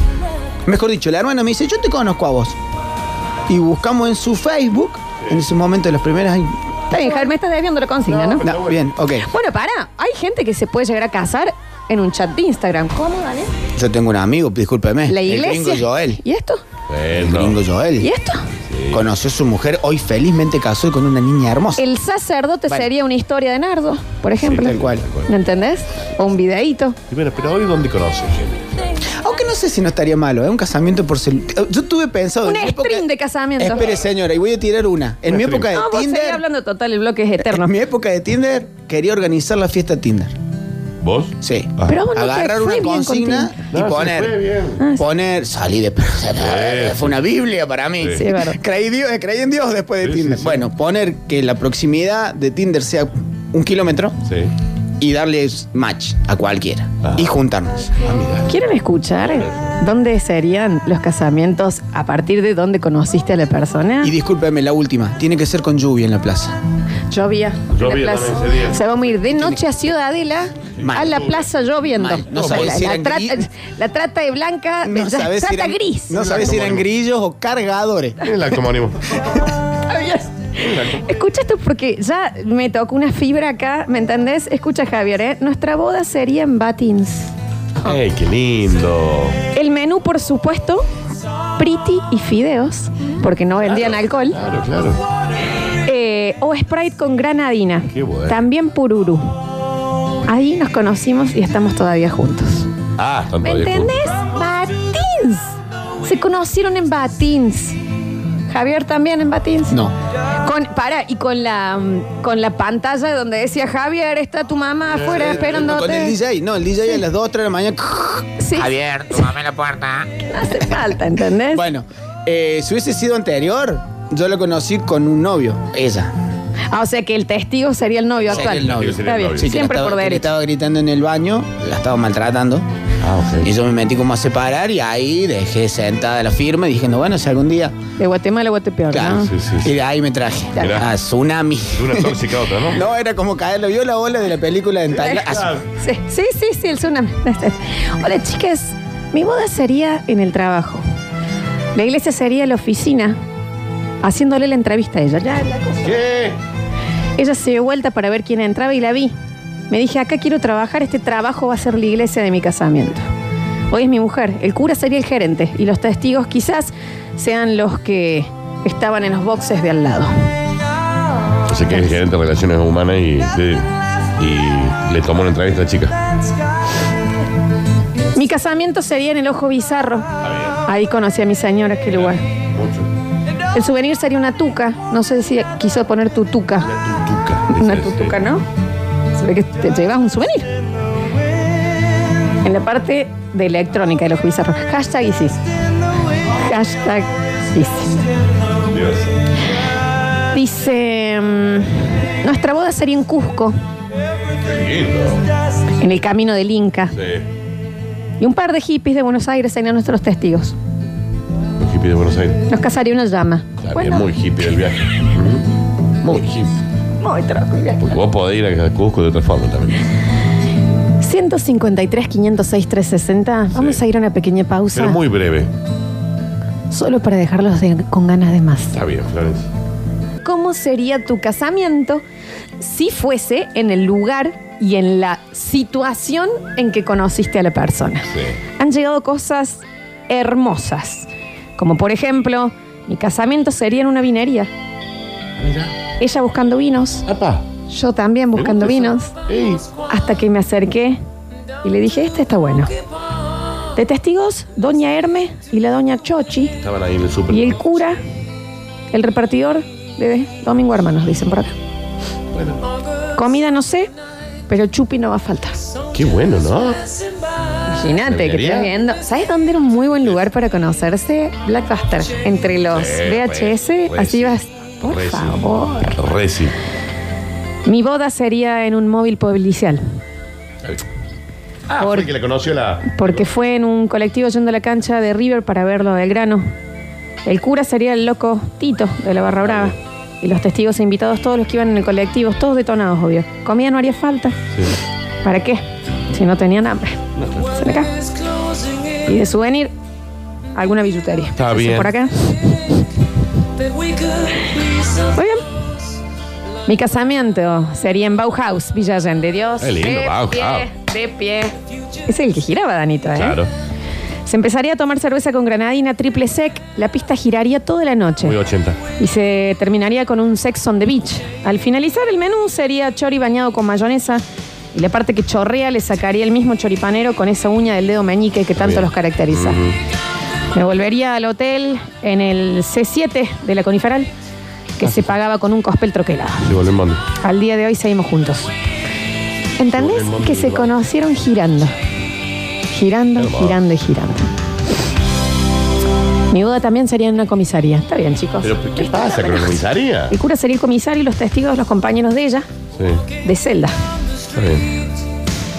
[SPEAKER 13] Mejor dicho, la hermana me dice, yo te conozco a vos. Y buscamos en su Facebook, en ese momento de las primeras... ay,
[SPEAKER 1] Está bien, Javier, me estás desviando la consigna, ¿no?
[SPEAKER 13] No, bien, ok.
[SPEAKER 1] Bueno, para, hay gente que se puede llegar a casar en un chat de Instagram. ¿Cómo, Daniel?
[SPEAKER 13] Yo tengo un amigo, discúlpeme.
[SPEAKER 1] La
[SPEAKER 13] Eh, El
[SPEAKER 1] iglesia.
[SPEAKER 13] gringo Joel.
[SPEAKER 1] ¿Y esto?
[SPEAKER 13] El gringo
[SPEAKER 2] Bueno,
[SPEAKER 13] Joel.
[SPEAKER 1] ¿Y esto?
[SPEAKER 13] Conoció a su mujer, hoy felizmente casó y con una niña hermosa.
[SPEAKER 1] El sacerdote
[SPEAKER 13] Bueno.
[SPEAKER 1] sería una historia de Nardo, por ejemplo.
[SPEAKER 13] tal cual.
[SPEAKER 1] ¿Me entendés? O un videíto.
[SPEAKER 2] y bueno, pero hoy dónde conoces gente.
[SPEAKER 13] Aunque no sé si no estaría malo, ¿eh? Un casamiento por cel... Yo tuve pensado...
[SPEAKER 1] Un
[SPEAKER 13] en mi época-
[SPEAKER 1] stream de casamiento.
[SPEAKER 13] Espere, señora, y voy a tirar una. En
[SPEAKER 2] Un
[SPEAKER 13] mi
[SPEAKER 2] stream.
[SPEAKER 13] época de
[SPEAKER 1] No, vos seguís
[SPEAKER 13] Tinder...
[SPEAKER 1] hablando total, el bloque es eterno.
[SPEAKER 13] En mi época de Tinder, quería organizar la fiesta Tinder.
[SPEAKER 2] ¿Vos?
[SPEAKER 13] Sí.
[SPEAKER 2] Ah.
[SPEAKER 1] Pero vos no te
[SPEAKER 13] Agarrar
[SPEAKER 1] fue
[SPEAKER 13] una
[SPEAKER 1] bien con
[SPEAKER 13] consigna
[SPEAKER 1] Tinder. Ah,
[SPEAKER 13] y
[SPEAKER 2] No, sí,
[SPEAKER 13] poner.
[SPEAKER 2] fue bien.
[SPEAKER 13] Poner. Salí de. Fue una Biblia para mí.
[SPEAKER 2] Sí. Sí,
[SPEAKER 1] es verdad.
[SPEAKER 13] creí, Dios- creí en Dios después de
[SPEAKER 2] Sí,
[SPEAKER 13] Tinder.
[SPEAKER 2] sí, sí.
[SPEAKER 13] Bueno, poner que la proximidad de Tinder sea un kilómetro
[SPEAKER 2] Sí.
[SPEAKER 13] y darles match a cualquiera.
[SPEAKER 2] Ah.
[SPEAKER 13] Y juntarnos.
[SPEAKER 1] ¿Quieren escuchar dónde serían los casamientos a partir de dónde conociste a la persona?
[SPEAKER 13] Y discúlpeme, la última. Tiene que ser con lluvia en la plaza.
[SPEAKER 1] Llovía.
[SPEAKER 2] Llovía
[SPEAKER 1] La plaza.
[SPEAKER 2] también ese día.
[SPEAKER 1] Se vamos a ir de noche a Ciudadela.
[SPEAKER 13] Mal.
[SPEAKER 1] A la plaza lloviendo.
[SPEAKER 13] Mal. No
[SPEAKER 1] la,
[SPEAKER 13] sabés si
[SPEAKER 1] la
[SPEAKER 13] eran
[SPEAKER 1] trata,
[SPEAKER 13] gris.
[SPEAKER 1] la trata de blanca, la
[SPEAKER 13] sabés
[SPEAKER 1] trata
[SPEAKER 13] eran-
[SPEAKER 1] gris.
[SPEAKER 13] No sabes si eran grillos o cargadores.
[SPEAKER 2] El acto homónimo.
[SPEAKER 1] Javier. Escucha esto porque ya me tocó una fibra acá, ¿me entendés? Escucha, Javier, ¿eh? Nuestra boda sería en Batins.
[SPEAKER 2] ¡Ey, qué lindo!
[SPEAKER 1] El menú, por supuesto, priti y fideos, porque no vendían alcohol.
[SPEAKER 2] Claro, claro.
[SPEAKER 1] Eh, o Sprite con granadina.
[SPEAKER 2] Qué bueno.
[SPEAKER 1] También pururu. Ahí nos conocimos y estamos todavía juntos.
[SPEAKER 2] Ah, están
[SPEAKER 1] ¿Me
[SPEAKER 2] todavía
[SPEAKER 1] entendés? Batins. Se conocieron en Batins. Javier también en Batins.
[SPEAKER 13] No.
[SPEAKER 1] Con, para, y con la, mm, con la pantalla donde decía Javier, está tu mamá afuera esperándote.
[SPEAKER 13] Eh, Con el DJ. No, el DJ a las 2, 3 de la mañana.
[SPEAKER 1] Sí,
[SPEAKER 13] Javier, tomame la puerta.
[SPEAKER 1] no hace falta, ¿entendés?
[SPEAKER 13] Bueno, eh, si hubiese sido anterior, yo la conocí con un novio, ella.
[SPEAKER 1] Ah, o sea que el testigo sería el novio
[SPEAKER 13] Sería
[SPEAKER 1] actual.
[SPEAKER 13] el novio,
[SPEAKER 2] sería
[SPEAKER 1] Está
[SPEAKER 2] el
[SPEAKER 1] bien,
[SPEAKER 2] novio.
[SPEAKER 13] Sí, que
[SPEAKER 1] siempre
[SPEAKER 13] la estaba,
[SPEAKER 1] por
[SPEAKER 13] que le
[SPEAKER 1] derecho.
[SPEAKER 13] estaba gritando en el baño, la estaba maltratando.
[SPEAKER 2] Ah, ok.
[SPEAKER 13] Y yo me metí como a separar y ahí dejé sentada la firma diciendo, bueno, si algún día.
[SPEAKER 1] De Guatemala a Guatepeor,
[SPEAKER 13] Claro.
[SPEAKER 1] ¿no?
[SPEAKER 2] sí, sí, sí.
[SPEAKER 13] Y de ahí me traje.
[SPEAKER 2] Mirá.
[SPEAKER 13] A tsunami.
[SPEAKER 2] De una tóxica a otra, ¿no?
[SPEAKER 13] No, era como caerlo. Vio la ola de la película de
[SPEAKER 2] Claro.
[SPEAKER 1] Sí, sí, sí, sí, el tsunami. Hola, chicas. Mi boda sería en el trabajo. La iglesia sería la oficina, haciéndole la entrevista a ella. Ya, la cosa.
[SPEAKER 2] ¿Qué?
[SPEAKER 1] Ella se dio vuelta para ver quién entraba y la vi. Me dije, acá quiero trabajar, este trabajo va a ser la iglesia de mi casamiento. Hoy es mi mujer, el cura sería el gerente y los testigos quizás sean los que estaban en los boxes de al lado.
[SPEAKER 2] O sea que es gerente de relaciones humanas y, de- y le tomó una entrevista a la chica.
[SPEAKER 1] Mi casamiento sería en el ojo bizarro. Ahí conocí a mi señora, qué lugar. El souvenir sería una tuca. No sé si quiso poner tutuca. Una
[SPEAKER 2] eh.
[SPEAKER 1] tutuca, ¿no? Se ve que te llevas un souvenir. En la parte de electrónica del ojo bizarro. Hashtag ISIS. Hashtag ISIS.
[SPEAKER 2] Dios.
[SPEAKER 1] Dice, mm, nuestra boda sería en Cusco,
[SPEAKER 2] Qué lindo.
[SPEAKER 1] en el camino del Inca.
[SPEAKER 2] Sí.
[SPEAKER 1] Y un par de hippies de Buenos Aires serían nuestros testigos.
[SPEAKER 2] Un hippie de Buenos Aires.
[SPEAKER 1] Nos casaría una llama.
[SPEAKER 2] Está
[SPEAKER 1] Bueno,
[SPEAKER 2] bien, muy hippie el viaje. Mm. Muy hippie.
[SPEAKER 1] muy tranquila.
[SPEAKER 2] Porque vos podés ir a Cusco de otra forma también.
[SPEAKER 1] 153, 506, 360. Vamos a ir a una pequeña pausa.
[SPEAKER 2] Pero muy breve.
[SPEAKER 1] Solo para dejarlos de- con ganas de más.
[SPEAKER 2] Está bien, Florencia.
[SPEAKER 1] ¿Cómo sería tu casamiento si fuese en el lugar y en la situación en que conociste a la persona? Han llegado cosas hermosas, como por ejemplo, mi casamiento sería en una vinería. Ella buscando vinos. Yo también buscando vinos. Hasta que me acerqué y le dije, este está bueno. De testigos, doña Herme y la doña Chochi.
[SPEAKER 2] Estaban ahí en el súper.
[SPEAKER 1] Y el cura, el repartidor de Domingo Hermanos, dicen por acá. Comida no sé, pero chupi no va a faltar.
[SPEAKER 2] Qué bueno, ¿no?
[SPEAKER 1] Imagínate que
[SPEAKER 2] ¿Debería?
[SPEAKER 1] estás viendo. ¿Sabes dónde era un muy buen lugar para conocerse? Blackbuster. Entre los
[SPEAKER 2] Sí,
[SPEAKER 1] VHS,
[SPEAKER 2] pues,
[SPEAKER 1] así vas. Por
[SPEAKER 2] Reci.
[SPEAKER 1] favor.
[SPEAKER 2] Reci.
[SPEAKER 1] Mi boda sería en un móvil policial.
[SPEAKER 2] Ah, porque la conoció la.
[SPEAKER 1] Porque fue en un colectivo yendo a la cancha de River para verlo del grano. El cura sería el loco Tito de la Barra Brava. Y los testigos e invitados, todos los que iban en el colectivo, todos detonados, obvio. Comida no haría falta. ¿Para qué? Si no tenían hambre. Dicen acá. Y de souvenir, alguna billutería.
[SPEAKER 2] Está
[SPEAKER 1] Dicen
[SPEAKER 2] bien.
[SPEAKER 1] Por acá. Muy bien. Mi casamiento sería en Bauhaus, Villa Allende. Dios.
[SPEAKER 2] Qué lindo,
[SPEAKER 1] de
[SPEAKER 2] Bauhaus.
[SPEAKER 1] pie, de pie. Es el que giraba, Danito, ¿eh?
[SPEAKER 2] Claro.
[SPEAKER 1] Se empezaría a tomar cerveza con granadina triple sec. La pista giraría toda la noche.
[SPEAKER 2] Muy 80.
[SPEAKER 1] Y se terminaría con un sex on the beach. Al finalizar el menú sería chori bañado con mayonesa. Y la parte que chorrea le sacaría el mismo choripanero con esa uña del dedo meñique que tanto
[SPEAKER 2] bien.
[SPEAKER 1] los caracteriza. Me volvería al hotel en el C7 de la Coniferal, que se pagaba con un cospel troquelado.
[SPEAKER 2] Se volvió en bando.
[SPEAKER 1] Al día de hoy seguimos juntos. ¿Entendés? Que se conocieron girando. Girando, girando y girando. Mi boda también sería en una comisaría. Está bien, chicos.
[SPEAKER 2] Pero, ¿qué pasa con la comisaría?
[SPEAKER 1] El cura sería el comisario y los testigos los compañeros de ella,
[SPEAKER 2] Sí.
[SPEAKER 1] de celda.
[SPEAKER 2] Está bien.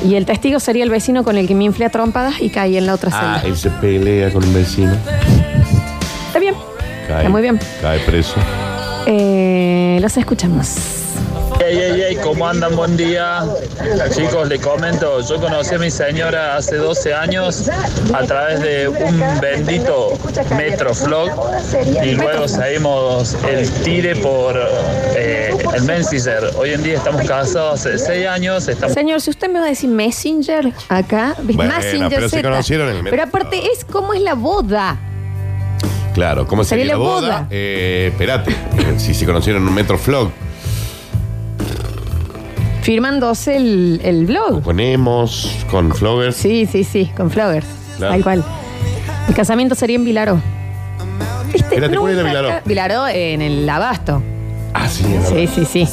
[SPEAKER 1] Y el testigo sería el vecino con el que me inflé a trompadas y caí en la otra celda.
[SPEAKER 2] Ah, él se pelea con un vecino. Ah.
[SPEAKER 1] Está bien.
[SPEAKER 2] Cae.
[SPEAKER 1] Está muy bien.
[SPEAKER 2] Cae preso.
[SPEAKER 1] Eh, los escuchamos.
[SPEAKER 12] Ey, ey, ey, ¿cómo andan? Buen día. Chicos, les comento, yo conocí a mi señora hace 12 años a través de un bendito Metroflog y luego seguimos el tire por eh, el Messenger. Hoy en día estamos casados hace 6 años, estamos...
[SPEAKER 1] Señor, si usted me va a decir Messenger acá, ¿ves?
[SPEAKER 2] Bueno,
[SPEAKER 1] Messenger
[SPEAKER 2] pero se
[SPEAKER 1] Z.
[SPEAKER 2] conocieron en el
[SPEAKER 1] Pero aparte es cómo es la boda.
[SPEAKER 2] Claro, ¿cómo sería, la boda? Eh, espérate, Eh, si se conocieron en un Metroflog,
[SPEAKER 1] Firmándose el, el blog.
[SPEAKER 2] con Emos, con Floggers.
[SPEAKER 1] Sí, sí, sí, con Flowers.
[SPEAKER 2] Claro.
[SPEAKER 1] Tal cual. El casamiento sería en Vilaró. Este
[SPEAKER 2] Espérate, ¿cuál era
[SPEAKER 1] nunca
[SPEAKER 2] Vilaró?
[SPEAKER 1] está- Vilaró en el Abasto.
[SPEAKER 2] Ah, sí, es
[SPEAKER 1] Sí,
[SPEAKER 2] verdad.
[SPEAKER 1] sí, sí.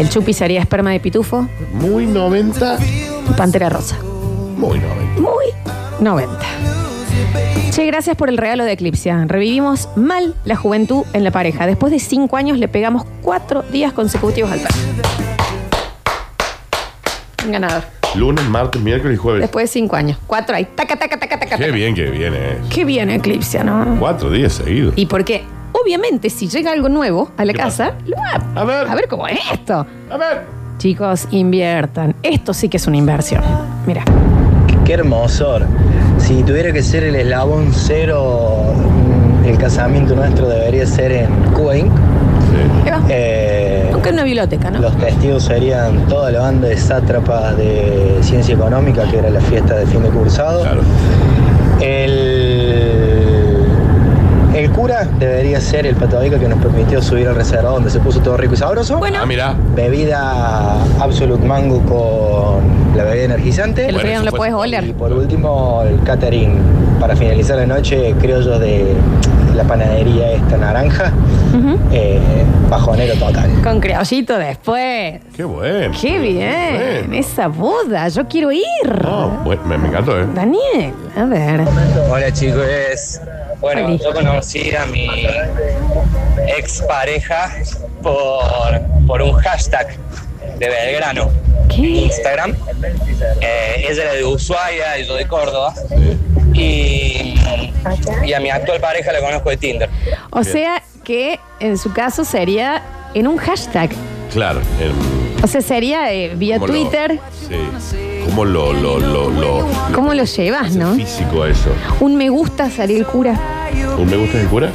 [SPEAKER 1] El chupi sería esperma de pitufo.
[SPEAKER 2] Muy 90.
[SPEAKER 1] Pantera rosa.
[SPEAKER 2] Muy 90.
[SPEAKER 1] Muy 90. Che, gracias por el regalo de Eclipsia. Revivimos mal la juventud en la pareja. Después de cinco años le pegamos cuatro días consecutivos al perro. Un ganador.
[SPEAKER 2] Lunes, martes, miércoles y jueves.
[SPEAKER 1] Después de cinco años. Cuatro ahí. Taca, taca, taca, taca.
[SPEAKER 2] Qué bien que viene.
[SPEAKER 1] Qué bien Eclipsia, ¿no?
[SPEAKER 2] Cuatro días seguidos.
[SPEAKER 1] ¿Y por qué? Obviamente, si llega algo nuevo a la casa, lo va a, ver. cómo es esto.
[SPEAKER 2] A ver.
[SPEAKER 1] Chicos, inviertan. Esto sí que es una inversión. Mira.
[SPEAKER 4] Qué hermosor. Si tuviera que ser el eslabón cero, mm, el casamiento nuestro debería ser en Cuenca Eh,
[SPEAKER 1] Aunque en una biblioteca, ¿no?
[SPEAKER 4] Los testigos serían toda la banda de sátrapas de ciencia económica, que era la fiesta de fin de cursado. El, el cura debería ser el patabica que nos permitió subir al reserva donde se puso todo rico y sabroso. Bueno,
[SPEAKER 1] Ah,
[SPEAKER 4] bebida Absolute Mango con la bebida energizante.
[SPEAKER 1] El Bueno, frío no eso lo fue. puedes oler.
[SPEAKER 4] Y por último, el catering. Para finalizar la noche, criollos de la panadería esta naranja.
[SPEAKER 1] Ujú.
[SPEAKER 4] Eh, bajonero total.
[SPEAKER 1] Con creollito después.
[SPEAKER 2] Qué bueno.
[SPEAKER 1] Qué bien. Esa boda. Yo quiero ir.
[SPEAKER 2] Bueno, me, me encantó, ¿eh?
[SPEAKER 1] Daniel, a ver.
[SPEAKER 14] Hola chicos. Bueno,
[SPEAKER 1] Hola.
[SPEAKER 14] yo conocí a mi ex pareja por, por un hashtag de Belgrano. en Instagram. Eh, ella era de Ushuaia y yo de Córdoba. Y, y a mi actual pareja la conozco de Tinder.
[SPEAKER 1] O sea que en su caso sería en un hashtag.
[SPEAKER 2] Claro. em,
[SPEAKER 1] O sea, sería eh, vía
[SPEAKER 2] ¿cómo lo-
[SPEAKER 1] Twitter.
[SPEAKER 2] sí. ¿Cómo lo, lo, lo, lo
[SPEAKER 1] ¿Cómo lo llevas, no?
[SPEAKER 2] físico a eso?
[SPEAKER 1] Un me gusta sería el cura.
[SPEAKER 2] ¿Un me gusta de cura?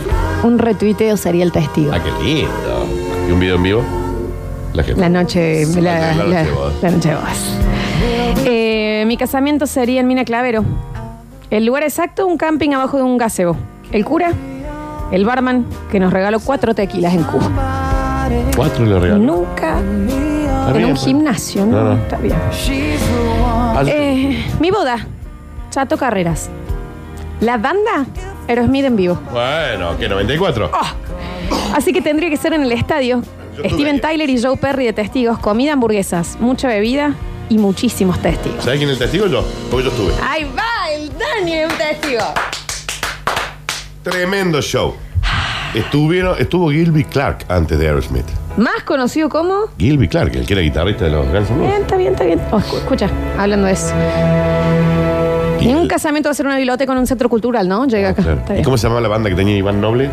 [SPEAKER 1] Un retuiteo sería el testigo.
[SPEAKER 2] Ah, qué lindo. ¿Y un video en vivo? La gente.
[SPEAKER 1] La noche. La,
[SPEAKER 2] la noche
[SPEAKER 1] la-
[SPEAKER 2] de bodas.
[SPEAKER 1] la noche de bodas. Eh, mi casamiento sería en Mina Clavero. El lugar exacto, un camping abajo de un gazebo. El cura, el barman, que nos regaló cuatro tequilas en Cuba.
[SPEAKER 2] Cuatro le regaló.
[SPEAKER 1] Nunca en
[SPEAKER 2] bien,
[SPEAKER 1] un
[SPEAKER 2] pues. Ah,
[SPEAKER 1] gimnasio, ¿no?
[SPEAKER 2] No, no.
[SPEAKER 1] Está bien. Eh, mi boda, Chato Carreras. La banda, Aerosmith en vivo.
[SPEAKER 2] Bueno, que 94.
[SPEAKER 1] Oh. Así que tendría que ser en el estadio. Steven Tyler y Joe Perry de testigos, comida, hamburguesas, mucha bebida y muchísimos testigos.
[SPEAKER 2] ¿Sabes quién es el testigo? Yo, porque yo estuve.
[SPEAKER 1] Ahí va, el Dani es un testigo.
[SPEAKER 2] Tremendo show. Estuvieron, estuvo Gilby Clark antes de Aerosmith.
[SPEAKER 1] Más conocido como.
[SPEAKER 2] Gilby Clark, el que era guitarrista de los Guns N' Roses.
[SPEAKER 1] Bien, está bien, está bien. Oh, escu- escucha, hablando de eso. Ningún casamiento va a ser una biblioteca con un centro cultural, ¿no? Llega acá.
[SPEAKER 2] Ah, Claro.
[SPEAKER 1] Está
[SPEAKER 2] ¿Y
[SPEAKER 1] bien.
[SPEAKER 2] cómo se llamaba la banda que tenía Iván Noble?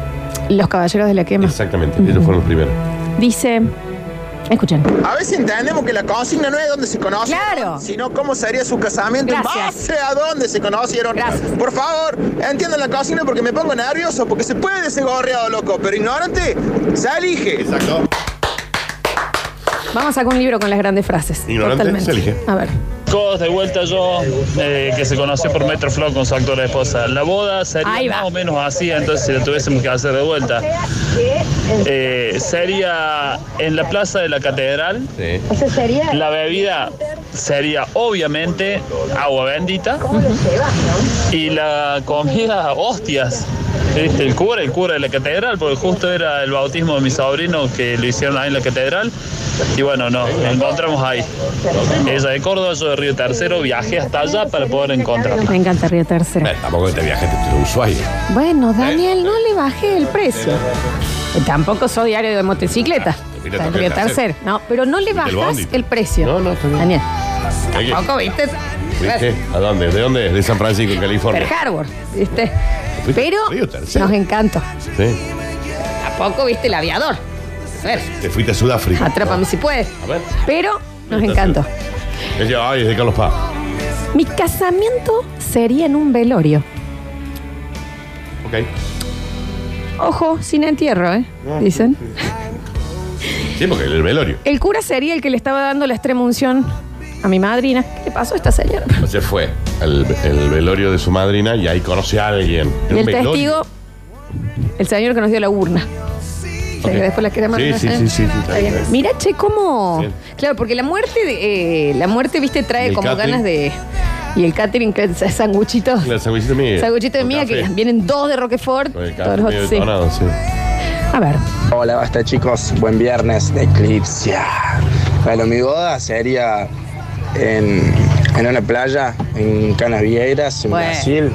[SPEAKER 1] Los caballeros de la quema.
[SPEAKER 2] Exactamente, ellos fueron los primeros.
[SPEAKER 1] Dice. Escuchen.
[SPEAKER 15] A veces entendemos que la consigna no es donde se conocen, sino cómo sería su casamiento en
[SPEAKER 1] Gracias.
[SPEAKER 15] base a dónde se conocieron. Por favor, entiendan la consigna porque me pongo nervioso, porque se puede ser gorreado, loco, pero ignorante se elige.
[SPEAKER 2] Exacto.
[SPEAKER 1] Vamos a sacar un libro con las grandes frases.
[SPEAKER 12] Ignorante, se elige.
[SPEAKER 1] A ver.
[SPEAKER 12] Chicos, de vuelta yo, eh, que se conoció por Metroflow con su actual esposa. La boda
[SPEAKER 1] Ahí
[SPEAKER 12] sería
[SPEAKER 1] va.
[SPEAKER 12] más o menos así, entonces si la tuviésemos que hacer de vuelta. Eh, sería en la plaza de la catedral. La bebida sería obviamente agua bendita. Y la comida, hostias. Este, el cura, el cura de la catedral, porque justo era el bautismo de mi sobrino que lo hicieron ahí en la catedral. Y bueno, nos encontramos ahí. Ella de Córdoba, yo de Río Tercero, viajé hasta allá para poder encontrarla.
[SPEAKER 1] Me encanta Río Tercero.
[SPEAKER 2] Eh, Tampoco este te viajaste de Ushuaia.
[SPEAKER 1] Bueno, Daniel, no le bajé el precio. Eh, Tampoco soy diario de motocicleta.
[SPEAKER 2] te
[SPEAKER 1] Está
[SPEAKER 2] fijas
[SPEAKER 1] en
[SPEAKER 2] también
[SPEAKER 1] Río
[SPEAKER 2] el tercero.
[SPEAKER 1] Tercero. No, pero no le
[SPEAKER 2] Viste el
[SPEAKER 1] bajas
[SPEAKER 2] bondi.
[SPEAKER 1] el precio. No, no, Daniel. Tampoco, viste.
[SPEAKER 2] ¿Viste? ¿A dónde? ¿De dónde? De San Francisco, California.
[SPEAKER 1] Per Harbor, ¿viste?
[SPEAKER 2] ¿Fuiste
[SPEAKER 1] Pero
[SPEAKER 2] a Río Tercero?
[SPEAKER 1] nos encanta.
[SPEAKER 2] Sí.
[SPEAKER 1] Tampoco viste el aviador. A ver,
[SPEAKER 2] Te fuiste a Sudáfrica.
[SPEAKER 1] atrápame si puedes.
[SPEAKER 2] A ver.
[SPEAKER 1] Pero nos
[SPEAKER 2] Río
[SPEAKER 1] encantó.
[SPEAKER 2] Ella, ay, es de Carlos Paz.
[SPEAKER 1] Mi casamiento sería en un velorio.
[SPEAKER 2] Ok.
[SPEAKER 1] Ojo, sin entierro, ¿eh? Dicen.
[SPEAKER 2] Sí, porque el velorio.
[SPEAKER 1] El cura sería el que le estaba dando la extrema unción a mi madrina. ¿Qué le pasó a esta señora?
[SPEAKER 2] Se fue al el velorio de su madrina y ahí conoce a alguien. En
[SPEAKER 1] Y
[SPEAKER 2] un
[SPEAKER 1] el
[SPEAKER 2] velorio.
[SPEAKER 1] testigo, el señor que nos dio la urna. O sea,
[SPEAKER 2] Ok.
[SPEAKER 1] que después la crema.
[SPEAKER 2] Sí,
[SPEAKER 1] ¿no?
[SPEAKER 2] sí, sí, sí, sí, está
[SPEAKER 1] Está
[SPEAKER 2] bien.
[SPEAKER 1] bien. Mira, che, cómo.
[SPEAKER 2] Bien.
[SPEAKER 1] Claro, porque la muerte, de- eh, la muerte, viste,
[SPEAKER 2] Y
[SPEAKER 1] trae
[SPEAKER 2] el
[SPEAKER 1] como
[SPEAKER 2] catering.
[SPEAKER 1] ganas de. Y el catering, que es sanguchitos.
[SPEAKER 2] La sandwichita mía.
[SPEAKER 1] Sanguchito de mía, que vienen dos de Roquefort.
[SPEAKER 2] Con el
[SPEAKER 1] todos
[SPEAKER 2] café
[SPEAKER 1] los-
[SPEAKER 2] medio
[SPEAKER 1] sí.
[SPEAKER 2] detonado, sí.
[SPEAKER 1] A ver.
[SPEAKER 16] Hola, basta chicos, buen viernes de Eclipse. Bueno, mi boda sería en, en una playa en Canavieiras, en
[SPEAKER 1] Bueno.
[SPEAKER 16] Brasil.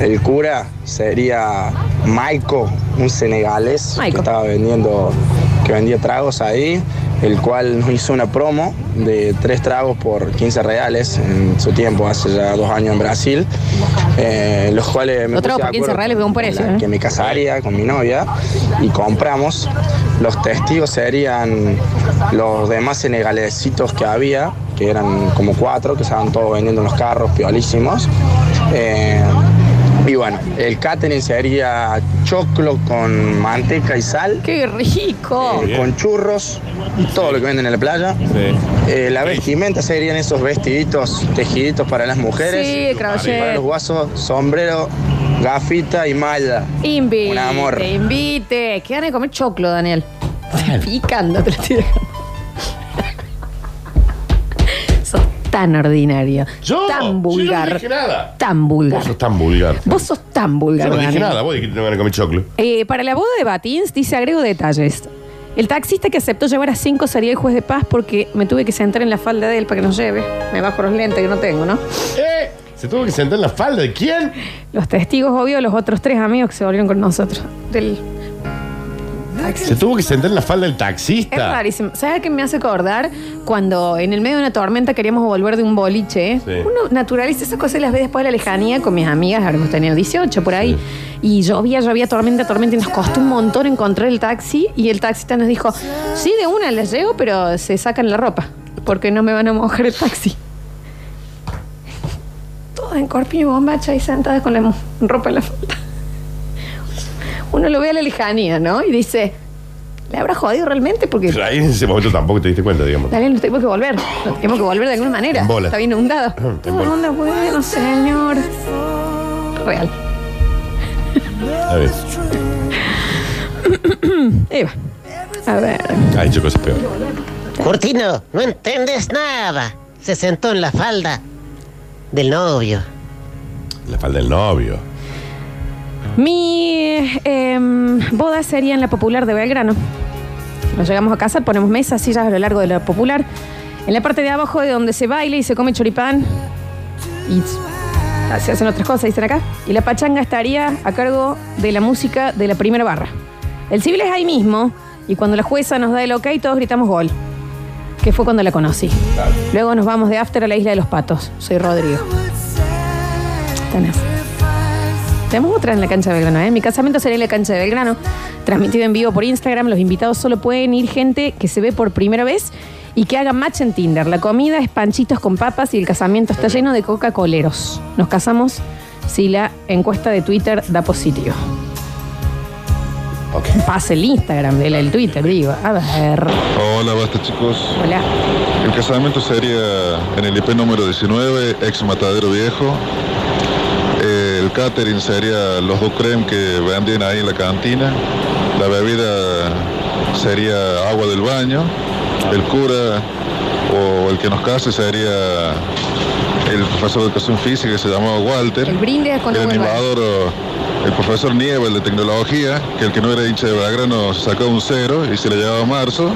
[SPEAKER 16] El cura sería Maico, un senegalés que estaba vendiendo, que vendía tragos ahí, el cual nos hizo una promo de tres tragos por 15 reales en su tiempo, hace ya dos años en Brasil, eh, los cuales me
[SPEAKER 1] Los tragos
[SPEAKER 16] puse de
[SPEAKER 1] por 15
[SPEAKER 16] acuerdo
[SPEAKER 1] reales, buen precio,
[SPEAKER 16] la
[SPEAKER 1] ¿eh?
[SPEAKER 16] que me casaría con mi novia y compramos. Los testigos serían los demás senegalesitos que había, que eran como cuatro, que estaban todos vendiendo en los carros, piolísimos. Eh, Y bueno, el catering sería choclo con manteca y sal. Eh,
[SPEAKER 1] ¡Qué rico!
[SPEAKER 16] con churros, todo lo que venden en la playa. Eh, la vestimenta serían esos vestiditos tejiditos para las mujeres.
[SPEAKER 1] Sí, crochet.
[SPEAKER 16] Para los guasos, sombrero, gafita y malla.
[SPEAKER 1] Invite,
[SPEAKER 16] Un amor.
[SPEAKER 1] invite. Qué gana de comer choclo, Daniel. Picando, te lo estoy dejando. Sos tan ordinario. Tan vulgar.
[SPEAKER 2] dije nada.
[SPEAKER 1] Tan vulgar.
[SPEAKER 2] Vos sos tan vulgar.
[SPEAKER 1] Vos sos tan vulgar.
[SPEAKER 2] Yo no dije
[SPEAKER 1] Daniel.
[SPEAKER 2] nada, vos dijiste que no van a comer choclo.
[SPEAKER 1] Eh, para la boda de Batins, dice, agrego detalles. El taxista que aceptó llevar a cinco sería el juez de paz porque me tuve que sentar en la falda de él para que nos lleve. Me bajo los lentes que no tengo, ¿no?
[SPEAKER 2] Se tuvo que sentar en la falda de quién?
[SPEAKER 1] Los testigos, obvio, los otros tres amigos que se volvieron con nosotros. Del-
[SPEAKER 2] Se tuvo que sentar en la falda del
[SPEAKER 1] Es
[SPEAKER 2] taxista.
[SPEAKER 1] rarísimo. ¿Sabes qué me hace acordar? Cuando en el medio de una tormenta queríamos volver de un boliche, ¿eh?
[SPEAKER 2] Sí.
[SPEAKER 1] uno naturaliza esas cosas y las ve después de la lejanía con mis amigas, habíamos tenido 18 por ahí, y llovía, llovía, tormenta, tormenta, y nos costó un montón encontrar el taxi, y el taxista nos dijo, sí, de una les llego, pero se sacan la ropa, porque no me van a mojar el taxi. Todas en corpiño y bombacha y sentadas con la mu- ropa en la falda. Uno lo ve a la lejanía, ¿no? Y dice, ¿le habrá jodido realmente? Porque
[SPEAKER 2] Pero ahí en ese momento tampoco te diste cuenta, digamos.
[SPEAKER 1] Daniel, nos tenemos que volver. Nos tenemos que volver de alguna manera.
[SPEAKER 2] En bola.
[SPEAKER 1] Está inundado.
[SPEAKER 2] En
[SPEAKER 1] Todo
[SPEAKER 2] bola.
[SPEAKER 1] onda, bueno, señor. Real.
[SPEAKER 2] A ver.
[SPEAKER 1] Eva. A ver.
[SPEAKER 2] Ha hecho cosas peores.
[SPEAKER 17] Curtino, no entendés nada. Se sentó en la falda del novio.
[SPEAKER 2] La falda del novio.
[SPEAKER 1] Mi eh, em, boda sería en la popular de Belgrano. Nos llegamos a casa, ponemos mesas, sillas a lo largo de la popular. En la parte de abajo de donde se baila y se come choripán. Y se hacen otras cosas, dicen acá. Y la pachanga estaría a cargo de la música de la primera barra. El civil es ahí mismo. Y cuando la jueza nos da el ok, todos gritamos gol. Que fue cuando la conocí. Luego nos vamos de after a la isla de los patos. Soy Rodrigo. Tenés. Tenemos otra en la cancha de Belgrano, ¿eh? Mi casamiento será en la cancha de Belgrano, transmitido en vivo por Instagram. Los invitados solo pueden ir gente que se ve por primera vez y que haga match en Tinder. La comida es panchitos con papas y el casamiento está lleno de Coca-Coleros. Nos casamos si la encuesta de Twitter da positivo. Pase el Instagram, el, el Twitter, digo. A ver.
[SPEAKER 18] Hola, basta chicos.
[SPEAKER 1] Hola.
[SPEAKER 18] El casamiento sería en el IP número 19, ex Matadero Viejo. Eh, el catering sería los dos creme que vendían ahí en la cantina. La bebida sería agua del baño. El cura o el que nos case sería el profesor de educación física que se llamaba Walter.
[SPEAKER 1] El brindis con
[SPEAKER 18] el
[SPEAKER 1] agua del baño.
[SPEAKER 18] animador, o el profesor Nieva, el de tecnología, que el que no era hincha de Belgrano se sacó un cero y se le llevaba a marzo.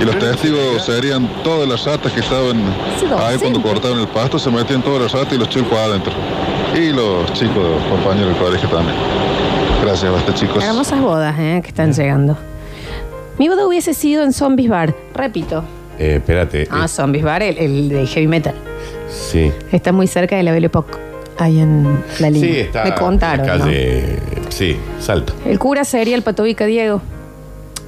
[SPEAKER 18] Y los testigos serían todas las ratas que estaban ahí cuando cortaban el pasto, se metían todas las ratas y los chicos adentro. Y los chicos, compañeros del colegio también. Gracias, basta chicos.
[SPEAKER 1] Hermosas bodas, ¿eh? Que están llegando. Mi boda hubiese sido en Zombies Bar. Repito.
[SPEAKER 2] Eh, espérate.
[SPEAKER 1] Ah, Zombies Bar, el, el de heavy metal.
[SPEAKER 2] Sí.
[SPEAKER 1] Está muy cerca de la Belle Époque, ahí en la línea.
[SPEAKER 2] Sí, está.
[SPEAKER 1] Me contaron.
[SPEAKER 2] en la calle. Sí, salta.
[SPEAKER 1] ¿no? El cura sería el patovica Diego.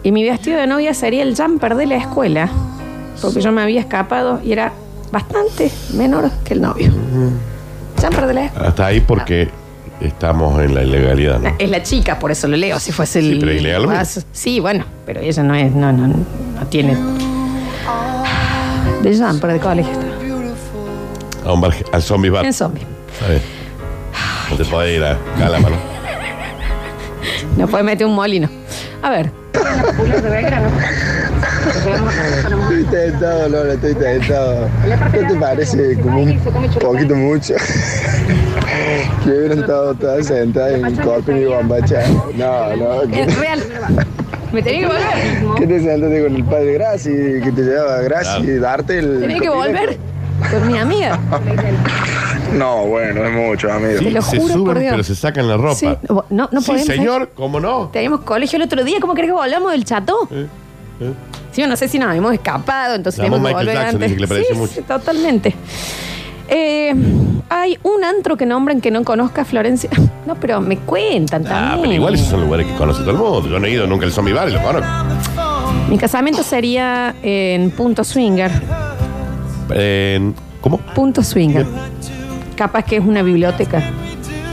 [SPEAKER 1] Y mi vestido de novia sería el jumper de la escuela. Porque yo me había escapado y era bastante menor que el novio. Jumper de la escuela.
[SPEAKER 2] Hasta ahí porque estamos en la ilegalidad, ¿no?
[SPEAKER 1] Es la chica, por eso lo leo, si fuese el.
[SPEAKER 2] Sí, pero ilegal, ¿no?
[SPEAKER 1] guaso. Sí, bueno, pero ella no es, no, no, no tiene. Ah, De jumper de colegio está.
[SPEAKER 2] A un bar- al zombie bar.
[SPEAKER 1] En zombie.
[SPEAKER 2] Está bien. No te podés ir a Calama, ¿no?
[SPEAKER 1] No puede meter un molino. A ver.
[SPEAKER 15] Estoy tentado, Lola, estoy tentado. ¿No te parece como un poquito mucho? que hubieran estado todas sentadas en corpiño y bombacha. No, no. que-
[SPEAKER 1] Es Eh, real. Me tenía que volver.
[SPEAKER 15] Que te sentaste con el padre Graci, que te llevaba Graci y darte el.
[SPEAKER 1] Tenía que volver con mi amiga.
[SPEAKER 15] No, bueno, es mucho, amigo.
[SPEAKER 1] Te lo
[SPEAKER 2] se
[SPEAKER 1] juro
[SPEAKER 2] suben,
[SPEAKER 1] por Dios.
[SPEAKER 2] pero se sacan la ropa.
[SPEAKER 1] Sí, no, no
[SPEAKER 2] Sí,
[SPEAKER 1] podemos, ¿eh?
[SPEAKER 2] señor, ¿cómo no?
[SPEAKER 1] Teníamos colegio el otro día. ¿Cómo crees que volvamos del chato?
[SPEAKER 2] eh.
[SPEAKER 1] Sí, yo no sé si nos habíamos escapado, entonces
[SPEAKER 2] Llamó
[SPEAKER 1] teníamos que
[SPEAKER 2] Michael
[SPEAKER 1] volver
[SPEAKER 2] Jackson,
[SPEAKER 1] antes.
[SPEAKER 2] dice que le pareció
[SPEAKER 1] Sí,
[SPEAKER 2] mucho.
[SPEAKER 1] sí, totalmente. Eh, hay un antro que nombran que no conozca Florencia. No, pero me cuentan
[SPEAKER 2] Ah,
[SPEAKER 1] también.
[SPEAKER 2] pero igual esos son
[SPEAKER 1] Uh.
[SPEAKER 2] lugares que conoce todo el mundo. Yo no he ido nunca al zombie bar y lo conozco.
[SPEAKER 1] Mi casamiento sería en Punto Swinger.
[SPEAKER 2] En- ¿Cómo?
[SPEAKER 1] Punto Swinger. Capaz que es una biblioteca.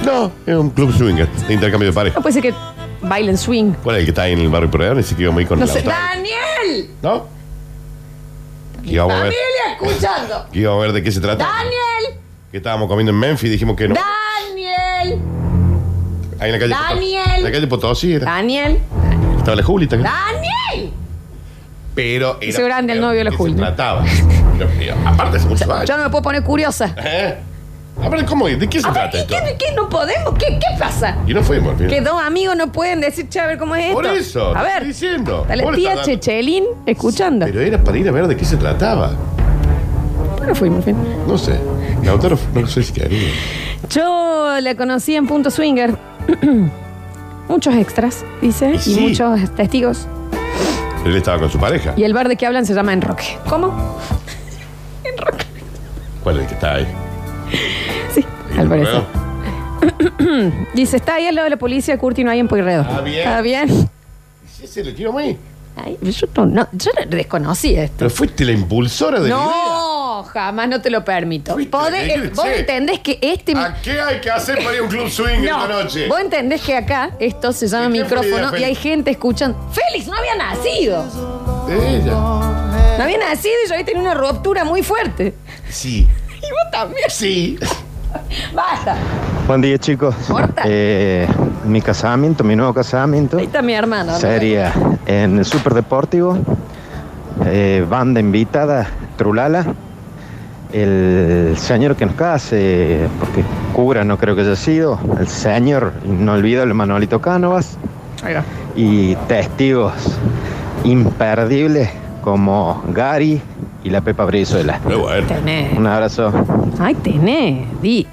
[SPEAKER 2] No, es un club swinger de intercambio de pares.
[SPEAKER 1] No puede ser que bailen swing.
[SPEAKER 2] ¿Cuál es el que está ahí en el barrio Perdón? Ni siquiera muy con
[SPEAKER 1] No
[SPEAKER 2] el
[SPEAKER 1] sé.
[SPEAKER 2] autor.
[SPEAKER 1] ¡Daniel!
[SPEAKER 2] ¿No? Que íbamos a ver,
[SPEAKER 1] ¡Familia escuchando!
[SPEAKER 2] que íbamos a ver de qué se trata.
[SPEAKER 1] ¡Daniel!
[SPEAKER 2] Que estábamos comiendo en Memphis, dijimos que no.
[SPEAKER 1] ¡Daniel!
[SPEAKER 2] Ahí en la calle
[SPEAKER 1] Daniel.
[SPEAKER 2] Potosí. En la calle Potosí era.
[SPEAKER 1] ¡Daniel!
[SPEAKER 2] Estaba la Juli también.
[SPEAKER 1] ¡Daniel!
[SPEAKER 2] Pero era.
[SPEAKER 1] Hizo grande el novio de la
[SPEAKER 2] que
[SPEAKER 1] Juli.
[SPEAKER 2] Se trataba. Pero, pero, aparte hace muchos años.
[SPEAKER 1] Yo no me puedo poner curiosa.
[SPEAKER 2] ¿Eh? A ver, ¿cómo? es? ¿De qué se
[SPEAKER 1] A ver,
[SPEAKER 2] trata
[SPEAKER 1] ¿qué,
[SPEAKER 2] esto?
[SPEAKER 1] qué, qué no podemos? ¿Qué, qué pasa?
[SPEAKER 2] Y no fuimos al final.
[SPEAKER 1] Que dos amigos no pueden decir, che, a ver cómo es esto.
[SPEAKER 2] Por eso.
[SPEAKER 1] A ver.
[SPEAKER 2] Diciendo.
[SPEAKER 1] Dale
[SPEAKER 2] Por
[SPEAKER 1] tía
[SPEAKER 2] esa-
[SPEAKER 1] Chechelín escuchando.
[SPEAKER 2] Pero era para ir a ver de qué se trataba.
[SPEAKER 1] Pero fuimos al final.
[SPEAKER 2] No sé. Lautaro, no sé si quería.
[SPEAKER 1] Yo la conocí en Punto Swinger. muchos extras, dice, y,
[SPEAKER 2] sí.
[SPEAKER 1] muchos testigos.
[SPEAKER 2] Él estaba con su pareja.
[SPEAKER 1] Y el bar de que hablan se llama Enroque. ¿Cómo?
[SPEAKER 2] ¿Cuál es el que está ahí?
[SPEAKER 1] Sí, al parecer.
[SPEAKER 2] Bueno,
[SPEAKER 1] dice, está ahí al lado de la policía, Curti, no hay en Poirredo.
[SPEAKER 2] Ah, bien.
[SPEAKER 1] Está bien.
[SPEAKER 2] Sí, se lo quiero muy.
[SPEAKER 1] Ay, yo no, no, yo no desconocí esto.
[SPEAKER 2] Pero fuiste la impulsora de la idea.
[SPEAKER 1] No, jamás no te lo permito. Podés-
[SPEAKER 2] que-
[SPEAKER 1] vos
[SPEAKER 2] che.
[SPEAKER 1] entendés que este.
[SPEAKER 2] ¿A qué hay que hacer para ir a un club swing
[SPEAKER 1] No,
[SPEAKER 2] esta noche?
[SPEAKER 1] Vos entendés que acá esto se llama
[SPEAKER 2] ¿Y qué fue la idea,
[SPEAKER 1] micrófono y
[SPEAKER 2] Félix?
[SPEAKER 1] hay gente escuchando. ¡Félix no había nacido!
[SPEAKER 2] De ella.
[SPEAKER 1] No había nacido y yo había tenido una ruptura muy fuerte.
[SPEAKER 2] Sí.
[SPEAKER 1] Y vos también.
[SPEAKER 2] Sí.
[SPEAKER 1] Basta.
[SPEAKER 19] Buen día, chicos. Eh, mi casamiento, mi nuevo casamiento,
[SPEAKER 1] Ahí está mi hermano. ¿no?
[SPEAKER 19] sería en el Superdeportivo, eh, banda invitada, Trulala, el señor que nos case, porque cura no creo que haya sido, el señor inolvidable Manolito Cánovas, y testigos imperdibles como Gary y la Pepa Brizuela.
[SPEAKER 1] Tenés.
[SPEAKER 19] Un abrazo.
[SPEAKER 1] Ay, tenés. Di.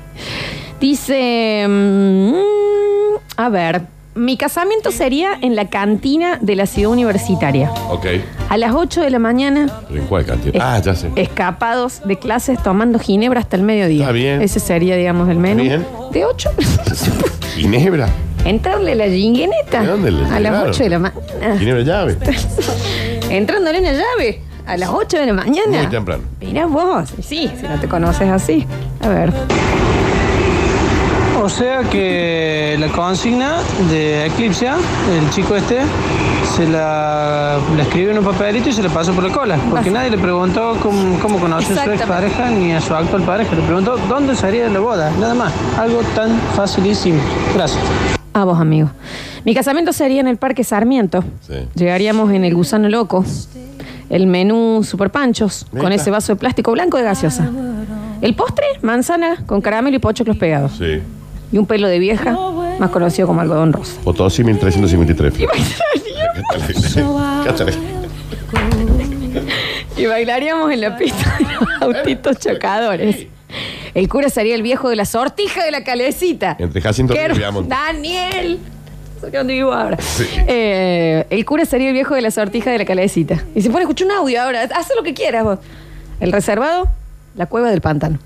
[SPEAKER 1] Dice. mm, a ver. Mi casamiento sería en la cantina de la ciudad universitaria.
[SPEAKER 2] Ok.
[SPEAKER 1] A las 8 de la mañana,
[SPEAKER 2] ¿En cuál
[SPEAKER 1] Es-
[SPEAKER 2] cantidad? Ah, ya sé.
[SPEAKER 1] escapados de clases tomando ginebra hasta el mediodía.
[SPEAKER 2] Está bien.
[SPEAKER 1] Ese sería, digamos, el menú.
[SPEAKER 2] Bien.
[SPEAKER 1] De 8.
[SPEAKER 2] Ginebra.
[SPEAKER 1] Entrarle la jingueneta.
[SPEAKER 2] ¿De dónde le
[SPEAKER 1] A las
[SPEAKER 2] llegaron?
[SPEAKER 1] 8 de la mañana.
[SPEAKER 2] Ginebra llave.
[SPEAKER 1] Entrándole una llave. A las 8 de la
[SPEAKER 2] Muy
[SPEAKER 1] mañana.
[SPEAKER 2] temprano.
[SPEAKER 1] Mirá vos. Sí, si no te conoces así. A ver.
[SPEAKER 20] O sea que la consigna de Eclipse, el chico este, se la, la escribió en un papelito y se la pasó por la cola. Porque nadie le preguntó cómo, cómo conoció a su ex pareja ni a su actual pareja. Le preguntó dónde sería la boda. Nada más. Algo tan facilísimo. Gracias.
[SPEAKER 1] A vos, amigo. Mi casamiento sería en el Parque Sarmiento. Llegaríamos en el Gusano Loco. El menú Super Panchos,
[SPEAKER 2] Ahí
[SPEAKER 1] con
[SPEAKER 2] está.
[SPEAKER 1] ese vaso de plástico blanco de gaseosa. El postre, manzana con caramelo y pochoclos pegados.
[SPEAKER 2] Sí.
[SPEAKER 1] Y un pelo de vieja, más conocido como algodón rosa.
[SPEAKER 2] Potosí 1353. Cáchale.
[SPEAKER 1] Y bailaríamos en la pista de los autitos chocadores. El cura sería el viejo de la sortija de la calecita.
[SPEAKER 2] Entre Jacinto
[SPEAKER 1] Qué
[SPEAKER 2] Ríos y
[SPEAKER 1] her-
[SPEAKER 2] Viamonte.
[SPEAKER 1] Daniel. No sé dónde vivo ahora.
[SPEAKER 2] Sí.
[SPEAKER 1] Eh, el cura sería el viejo de la sortija de la calecita. Y se pone a escuchar un audio ahora. Haz lo que quieras vos. El reservado, la cueva del pantano.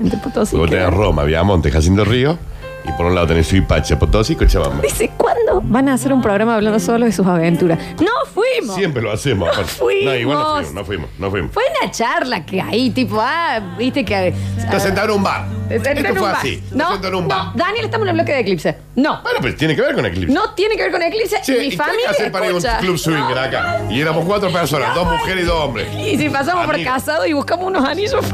[SPEAKER 1] Entre Potosí.
[SPEAKER 2] Luego tenés Roma, Viamonte, Jacinto Río. Y por un lado tenés Suipacha, Potosí y Cochabamba.
[SPEAKER 1] Dice, ¿cuándo van a hacer un programa hablando solo de sus aventuras? ¡No fuimos!
[SPEAKER 2] Siempre lo hacemos. aparte.
[SPEAKER 1] fuimos.
[SPEAKER 2] No, igual no fuimos, no fuimos, no fuimos.
[SPEAKER 1] Fue una charla que ahí, tipo, ah, viste que.
[SPEAKER 2] Te sentaron en un bar.
[SPEAKER 1] Te sentaron
[SPEAKER 2] Esto
[SPEAKER 1] en un
[SPEAKER 2] fue
[SPEAKER 1] bar.
[SPEAKER 2] así. Te
[SPEAKER 1] No,
[SPEAKER 2] sentaron en un
[SPEAKER 1] no, Daniel, estamos en el bloque de Eclipse. No.
[SPEAKER 2] Bueno, pero tiene que ver con Eclipse.
[SPEAKER 1] No tiene que ver con Eclipse.
[SPEAKER 2] Che,
[SPEAKER 1] Mi
[SPEAKER 2] ¿y qué hay que
[SPEAKER 1] familia.
[SPEAKER 2] hacer para ir a un
[SPEAKER 1] escucha.
[SPEAKER 2] club swinger acá? Y éramos cuatro personas, dos mujeres y dos hombres.
[SPEAKER 1] Y si pasamos por
[SPEAKER 2] Amigo.
[SPEAKER 1] casado y buscamos unos anillos.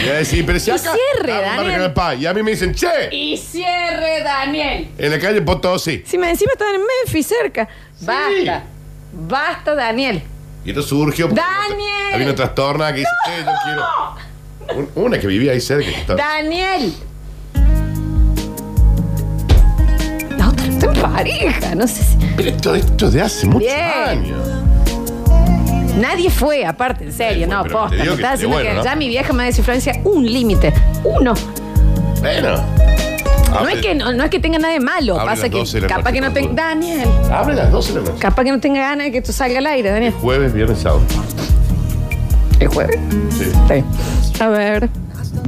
[SPEAKER 2] Y a decir, pero si
[SPEAKER 1] Y
[SPEAKER 2] acá.
[SPEAKER 1] cierre,
[SPEAKER 2] ah,
[SPEAKER 1] Daniel.
[SPEAKER 2] marcan el pa. Y a mí me dicen, che,
[SPEAKER 1] y cierre, Daniel.
[SPEAKER 2] en la calle Potosí.
[SPEAKER 1] Si me encima están en Memphis cerca. Basta. Basta, Daniel.
[SPEAKER 2] Y esto surgió. porque
[SPEAKER 1] Daniel.
[SPEAKER 2] Había una trastorna que dice, che, yo quiero. Un- Una que vivía ahí cerca. que estaba-
[SPEAKER 1] Daniel. La otra está en pareja, no sé si.
[SPEAKER 2] Pero esto, esto es de hace muchos
[SPEAKER 1] Bien.
[SPEAKER 2] años.
[SPEAKER 1] Nadie fue, aparte, en serio, no,
[SPEAKER 2] pero
[SPEAKER 1] posta.
[SPEAKER 2] te digo
[SPEAKER 1] Me
[SPEAKER 2] que
[SPEAKER 1] estaba
[SPEAKER 2] te-
[SPEAKER 1] diciendo
[SPEAKER 2] bueno,
[SPEAKER 1] que
[SPEAKER 2] ¿no? Ah,
[SPEAKER 1] ya mi vieja me desinfluencia un límite. Uno.
[SPEAKER 2] Bueno.
[SPEAKER 1] No
[SPEAKER 2] Abre-
[SPEAKER 1] es, que, no, no es que tenga nada de malo.
[SPEAKER 2] Abre
[SPEAKER 1] Pasa
[SPEAKER 2] las
[SPEAKER 1] que
[SPEAKER 2] 12 de la
[SPEAKER 1] capaz
[SPEAKER 2] noche,
[SPEAKER 1] que no
[SPEAKER 2] por
[SPEAKER 1] tenga.
[SPEAKER 2] favor.
[SPEAKER 1] Daniel.
[SPEAKER 2] Abre las 12 de la noche.
[SPEAKER 1] Capaz que no tenga ganas de que esto salga al aire, Daniel.
[SPEAKER 2] Jueves, viernes, sábado.
[SPEAKER 1] ¿El jueves?
[SPEAKER 2] Sí.
[SPEAKER 1] A ver.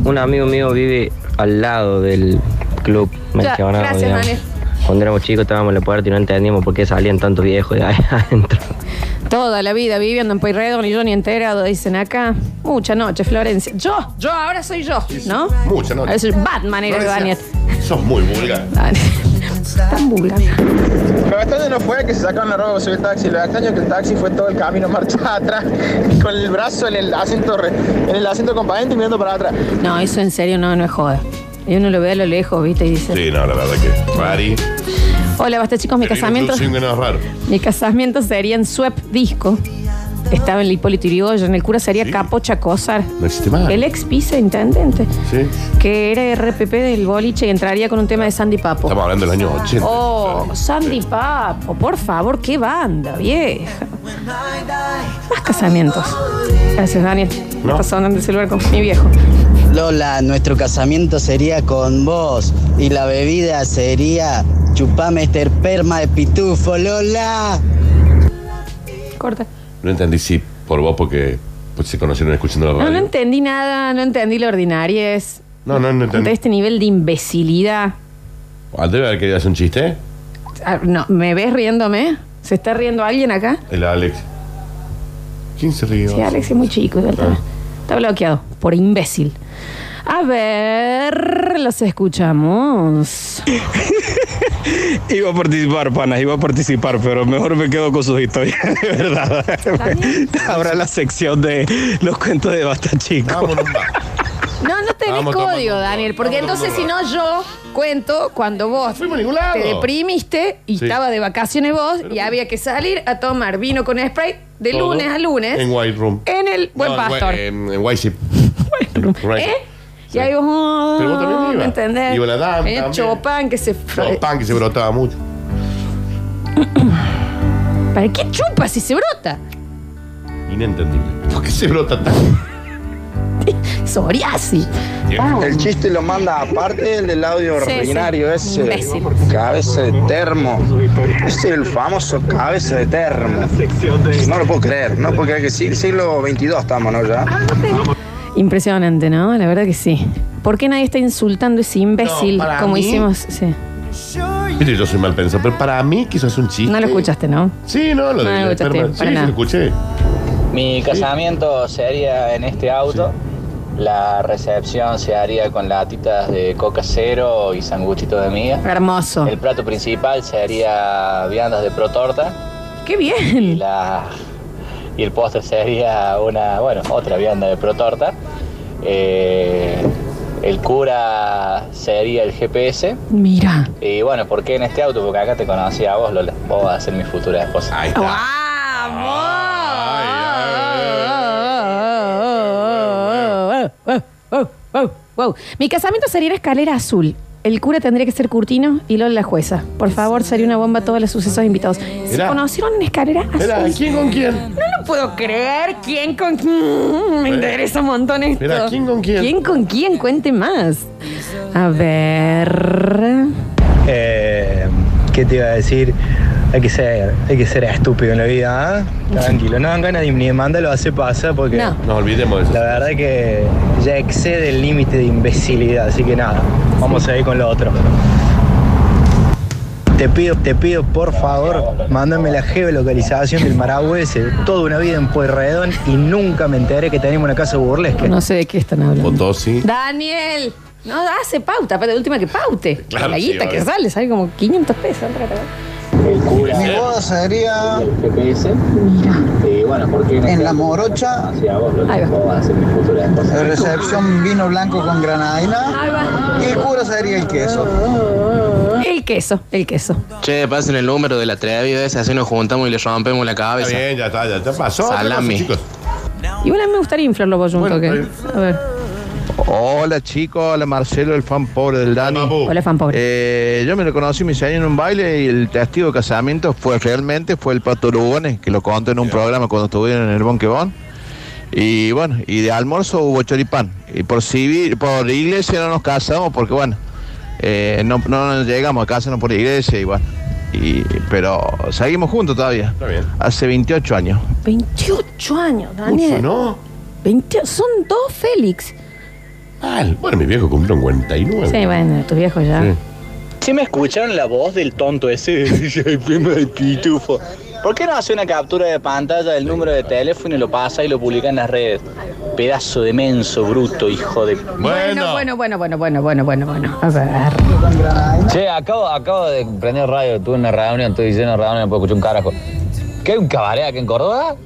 [SPEAKER 21] Un amigo mío vive al lado del club
[SPEAKER 1] Ya,
[SPEAKER 21] mencionado.
[SPEAKER 1] gracias,
[SPEAKER 21] digamos.
[SPEAKER 1] Daniel.
[SPEAKER 21] Cuando éramos chicos estábamos en la puerta y no entendíamos por qué salían tantos viejos de ahí adentro.
[SPEAKER 1] Toda la vida viviendo en Pueyrredón y yo ni enterado, dicen acá. Mucha noche, Florencia. Yo, yo ahora soy yo, ¿no?
[SPEAKER 2] Mucha noche.
[SPEAKER 1] A veces Batman era de
[SPEAKER 2] Florencia,
[SPEAKER 1] Daniel.
[SPEAKER 2] Sos muy vulgar.
[SPEAKER 1] Tan vulgar.
[SPEAKER 3] Pero bastante no fue que se sacaron la ropa para subir el taxi. Lo extraño es que el taxi fue todo el camino marcha atrás, con el brazo en el asiento, re- en el asiento componente y mirando para atrás.
[SPEAKER 1] No, eso en serio no, no es joda. Y uno lo ve a lo lejos, ¿viste? Y dice,
[SPEAKER 2] Sí, no, la verdad que. Mari.
[SPEAKER 1] hola, basta chicos, mi casamiento,
[SPEAKER 2] Sí, que no es raro.
[SPEAKER 1] mi casamiento sería en Suep Disco. Estaba en el Hipólito Yrigoyen, el cura sería Capocha Cosar.
[SPEAKER 2] No existe más.
[SPEAKER 1] El ex viceintendente,
[SPEAKER 2] Sí.
[SPEAKER 1] que era RPP del boliche y entraría con un tema de Sandy Papo.
[SPEAKER 2] Estamos hablando del año 80.
[SPEAKER 1] Oh, Sandy Papo, por favor, qué banda, vieja. Más casamientos. Gracias, Daniel. Me Está sonando el celular con mi viejo.
[SPEAKER 22] Lola, nuestro casamiento sería con vos y la bebida sería chupame este perma de pitufo, Lola.
[SPEAKER 1] Corta.
[SPEAKER 2] No entendí si por vos porque pues, se conocieron escuchando la
[SPEAKER 1] No, no
[SPEAKER 2] radio.
[SPEAKER 1] entendí nada, no entendí lo ordinario es.
[SPEAKER 2] No, no, no entendí.
[SPEAKER 1] De este nivel de imbecilidad.
[SPEAKER 2] Ah, ¿Debe haber querido hacer un chiste?
[SPEAKER 1] Ah, No, ¿me ves riéndome? ¿Se está riendo alguien acá?
[SPEAKER 2] El Alex. ¿Quién se rió?
[SPEAKER 1] Sí, Alex es muy chico. igual está-
[SPEAKER 2] Ah.
[SPEAKER 1] Está bloqueado por imbécil. A ver, los escuchamos.
[SPEAKER 23] Iba a participar, panas, iba a participar, pero mejor me quedo con sus historias, de verdad. Ahora la sección de los cuentos de Basta Chico.
[SPEAKER 1] No, no tenés
[SPEAKER 23] Vamos, toma,
[SPEAKER 1] código, Daniel, porque entonces si no yo cuento cuando vos te deprimiste y
[SPEAKER 2] Sí.
[SPEAKER 1] estaba de vacaciones vos y había que salir a tomar vino con Sprite de
[SPEAKER 2] Todo
[SPEAKER 1] lunes a lunes
[SPEAKER 2] En White Room.
[SPEAKER 1] en el Buen
[SPEAKER 2] No, en
[SPEAKER 1] Pastor.
[SPEAKER 2] Wai- En, en White Ship. Right.
[SPEAKER 1] ¿Eh? Y ahí vos, oh,
[SPEAKER 2] Pero vos también ibas.
[SPEAKER 1] ¿me entendés?
[SPEAKER 2] Iba la Dam
[SPEAKER 1] Eh,
[SPEAKER 2] también.
[SPEAKER 1] Chopin que se...
[SPEAKER 2] Todo pan Ah, que se brotaba mucho.
[SPEAKER 1] ¿Para qué chupa si se brota?
[SPEAKER 2] Inentendible. ¿Por qué se brota tan?
[SPEAKER 1] Psoriasis.
[SPEAKER 16] El chiste lo manda aparte el del audio
[SPEAKER 1] Sí, sí.
[SPEAKER 16] ordinario ese.
[SPEAKER 1] Imbécil.
[SPEAKER 16] Cabeza de termo. Ese es el famoso cabeza de termo. No lo puedo creer, no puedo creer que sí, siglo XXII estamos, ¿no? Ya.
[SPEAKER 1] Impresionante, ¿no? La verdad que sí. ¿Por qué nadie está insultando a ese imbécil
[SPEAKER 2] No, para
[SPEAKER 1] como
[SPEAKER 2] mí-
[SPEAKER 1] hicimos? Sí.
[SPEAKER 2] Viste, yo soy mal pensado, pero para mí quiso hacer un chiste.
[SPEAKER 1] No lo escuchaste, ¿no?
[SPEAKER 2] Sí, no, lo
[SPEAKER 1] No
[SPEAKER 2] de
[SPEAKER 1] lo
[SPEAKER 2] la
[SPEAKER 1] escuchaste,
[SPEAKER 2] perma- Sí,
[SPEAKER 1] para
[SPEAKER 2] sí,
[SPEAKER 1] nada.
[SPEAKER 2] lo escuché.
[SPEAKER 24] Mi casamiento se haría en este auto. La recepción se haría con latitas de coca cero y sanguchito de miga.
[SPEAKER 1] Hermoso.
[SPEAKER 24] El plato principal se haría viandas de protorta.
[SPEAKER 1] ¡Qué bien!
[SPEAKER 24] Y, la- y el postre sería una, bueno, otra vianda de protorta. Eh, el cura sería el GPS.
[SPEAKER 1] Mira.
[SPEAKER 24] Y bueno, ¿por qué en este auto? Porque acá te conocí a vos, Lola. Vos vas a ser mi futura esposa.
[SPEAKER 2] Ahí
[SPEAKER 24] está.
[SPEAKER 1] Wow, wow, wow. Mi casamiento sería en escalera azul. El cura tendría que ser Curtino y Lola la jueza. Por favor, sería una bomba a todos los sucesos invitados. ¿Se
[SPEAKER 2] Mirá.
[SPEAKER 1] conocieron en escalera azul?
[SPEAKER 2] Mirá, ¿quién con quién?
[SPEAKER 1] No lo puedo creer. ¿Quién con quién? Me
[SPEAKER 2] Mirá.
[SPEAKER 1] interesa un montón esto.
[SPEAKER 2] Mirá, ¿quién con quién?
[SPEAKER 1] ¿Quién con quién? Cuente más. A ver.
[SPEAKER 4] Eh, ¿Qué te iba a decir? Hay que ser, hay que ser estúpido en la vida, ¿ah? Tranquilo, no hagan ganas de ni manda lo hace pasar porque
[SPEAKER 2] Nos olvidemos de eso.
[SPEAKER 4] la verdad que ya excede el límite de imbecilidad, así que nada, vamos a ir con lo otro. Te pido, te pido, por favor, mándame la geolocalización del Marahuese. Toda una vida en Pueyrredón y nunca me enteré que tenemos una casa burlesca.
[SPEAKER 1] No sé de qué están hablando.
[SPEAKER 2] Potosí.
[SPEAKER 1] Daniel, no hace pauta, pero de última que paute.
[SPEAKER 2] Claro,
[SPEAKER 1] la
[SPEAKER 2] sí,
[SPEAKER 1] guita que
[SPEAKER 2] vale.
[SPEAKER 1] sale, sale como 500 pesos.
[SPEAKER 24] Mi
[SPEAKER 4] boda sería
[SPEAKER 24] en
[SPEAKER 4] la morocha. Recepción vino blanco con granadina. Y el cura sería el queso.
[SPEAKER 1] El queso, el queso.
[SPEAKER 25] Che, pasen el número de la Trevi ese, así nos juntamos y le rompemos la cabeza.
[SPEAKER 2] Está bien, ya está, ya está. Pasó. ya pasó,
[SPEAKER 25] Salami.
[SPEAKER 2] chicos.
[SPEAKER 1] Igual a mí me gustaría inflarlo vos un toque. A ver.
[SPEAKER 26] Hola chicos, hola Marcelo, el fan pobre del Dani.
[SPEAKER 1] Hola, fan pobre.
[SPEAKER 26] Eh, yo me lo conocí mis años en un baile y el testigo de casamiento fue realmente fue el Pato Lugones, que lo contó en un programa cuando estuvieron en el Bonquebón. Y bueno, y de almuerzo hubo choripán. Y por civil, por iglesia no nos casamos porque bueno, eh, no, no nos llegamos a casarnos por iglesia y bueno. Y, pero seguimos juntos todavía. Hace 28 años.
[SPEAKER 1] 28 años, Daniel.
[SPEAKER 26] Mucho, ¿no?
[SPEAKER 1] 20 son dos Félix.
[SPEAKER 2] Mal. Bueno, mi viejo cumplió 49.
[SPEAKER 1] Sí, bueno, tu viejo ya.
[SPEAKER 2] Sí.
[SPEAKER 24] ¿Sí me escucharon la voz del tonto ese? El primo del pitufo.
[SPEAKER 6] ¿Por qué no hace una captura de pantalla del número de teléfono y lo pasa y lo publica en las redes? Pedazo de menso, bruto, hijo de...
[SPEAKER 1] Bueno, bueno, bueno, bueno, bueno, bueno, bueno, bueno. A ver.
[SPEAKER 7] Che, acabo, acabo de prender radio, tuve una reunión, estoy diciendo reunión, no puedo escuchar un carajo. ¿Qué hay un cabaret aquí en Córdoba?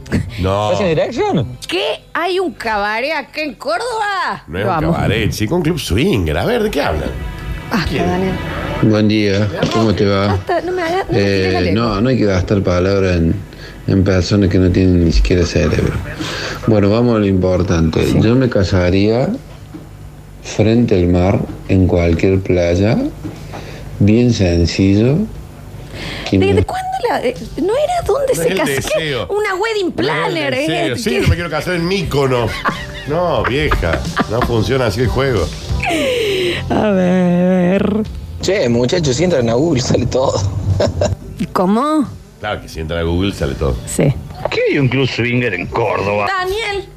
[SPEAKER 2] No.
[SPEAKER 7] ¿Estás en dirección?
[SPEAKER 1] ¿Qué? ¿Hay un cabaret acá en Córdoba?
[SPEAKER 2] No es un cabaret, chico, un club swinger. A ver, ¿de qué hablan?
[SPEAKER 1] Basta, Daniel.
[SPEAKER 8] Buen día, Ah, ¿cómo te va?
[SPEAKER 1] Basta, no me hagas. No, me
[SPEAKER 8] Eh,
[SPEAKER 1] quites la lengua.
[SPEAKER 8] no, no hay que gastar palabras en, en personas que no tienen ni siquiera cerebro. Bueno, vamos a lo importante. Yo me casaría frente al mar, en cualquier playa, bien sencillo. que
[SPEAKER 1] ¿De,
[SPEAKER 8] no-
[SPEAKER 1] de cuándo la.? eh, ¿No era dónde
[SPEAKER 2] No es
[SPEAKER 1] se
[SPEAKER 2] el
[SPEAKER 1] casó?
[SPEAKER 2] deseo.
[SPEAKER 1] Una wedding planner,
[SPEAKER 2] No, en serio,
[SPEAKER 1] ¿eh?
[SPEAKER 2] Sí, no me quiero casar en Mícono. No, vieja. No funciona así el juego.
[SPEAKER 1] A ver.
[SPEAKER 14] Che, muchachos, si entran a Google sale todo.
[SPEAKER 1] ¿Cómo?
[SPEAKER 2] Claro que si entran a Google sale todo.
[SPEAKER 1] Sí.
[SPEAKER 2] ¿Qué hay un club swinger en Córdoba?
[SPEAKER 1] Daniel.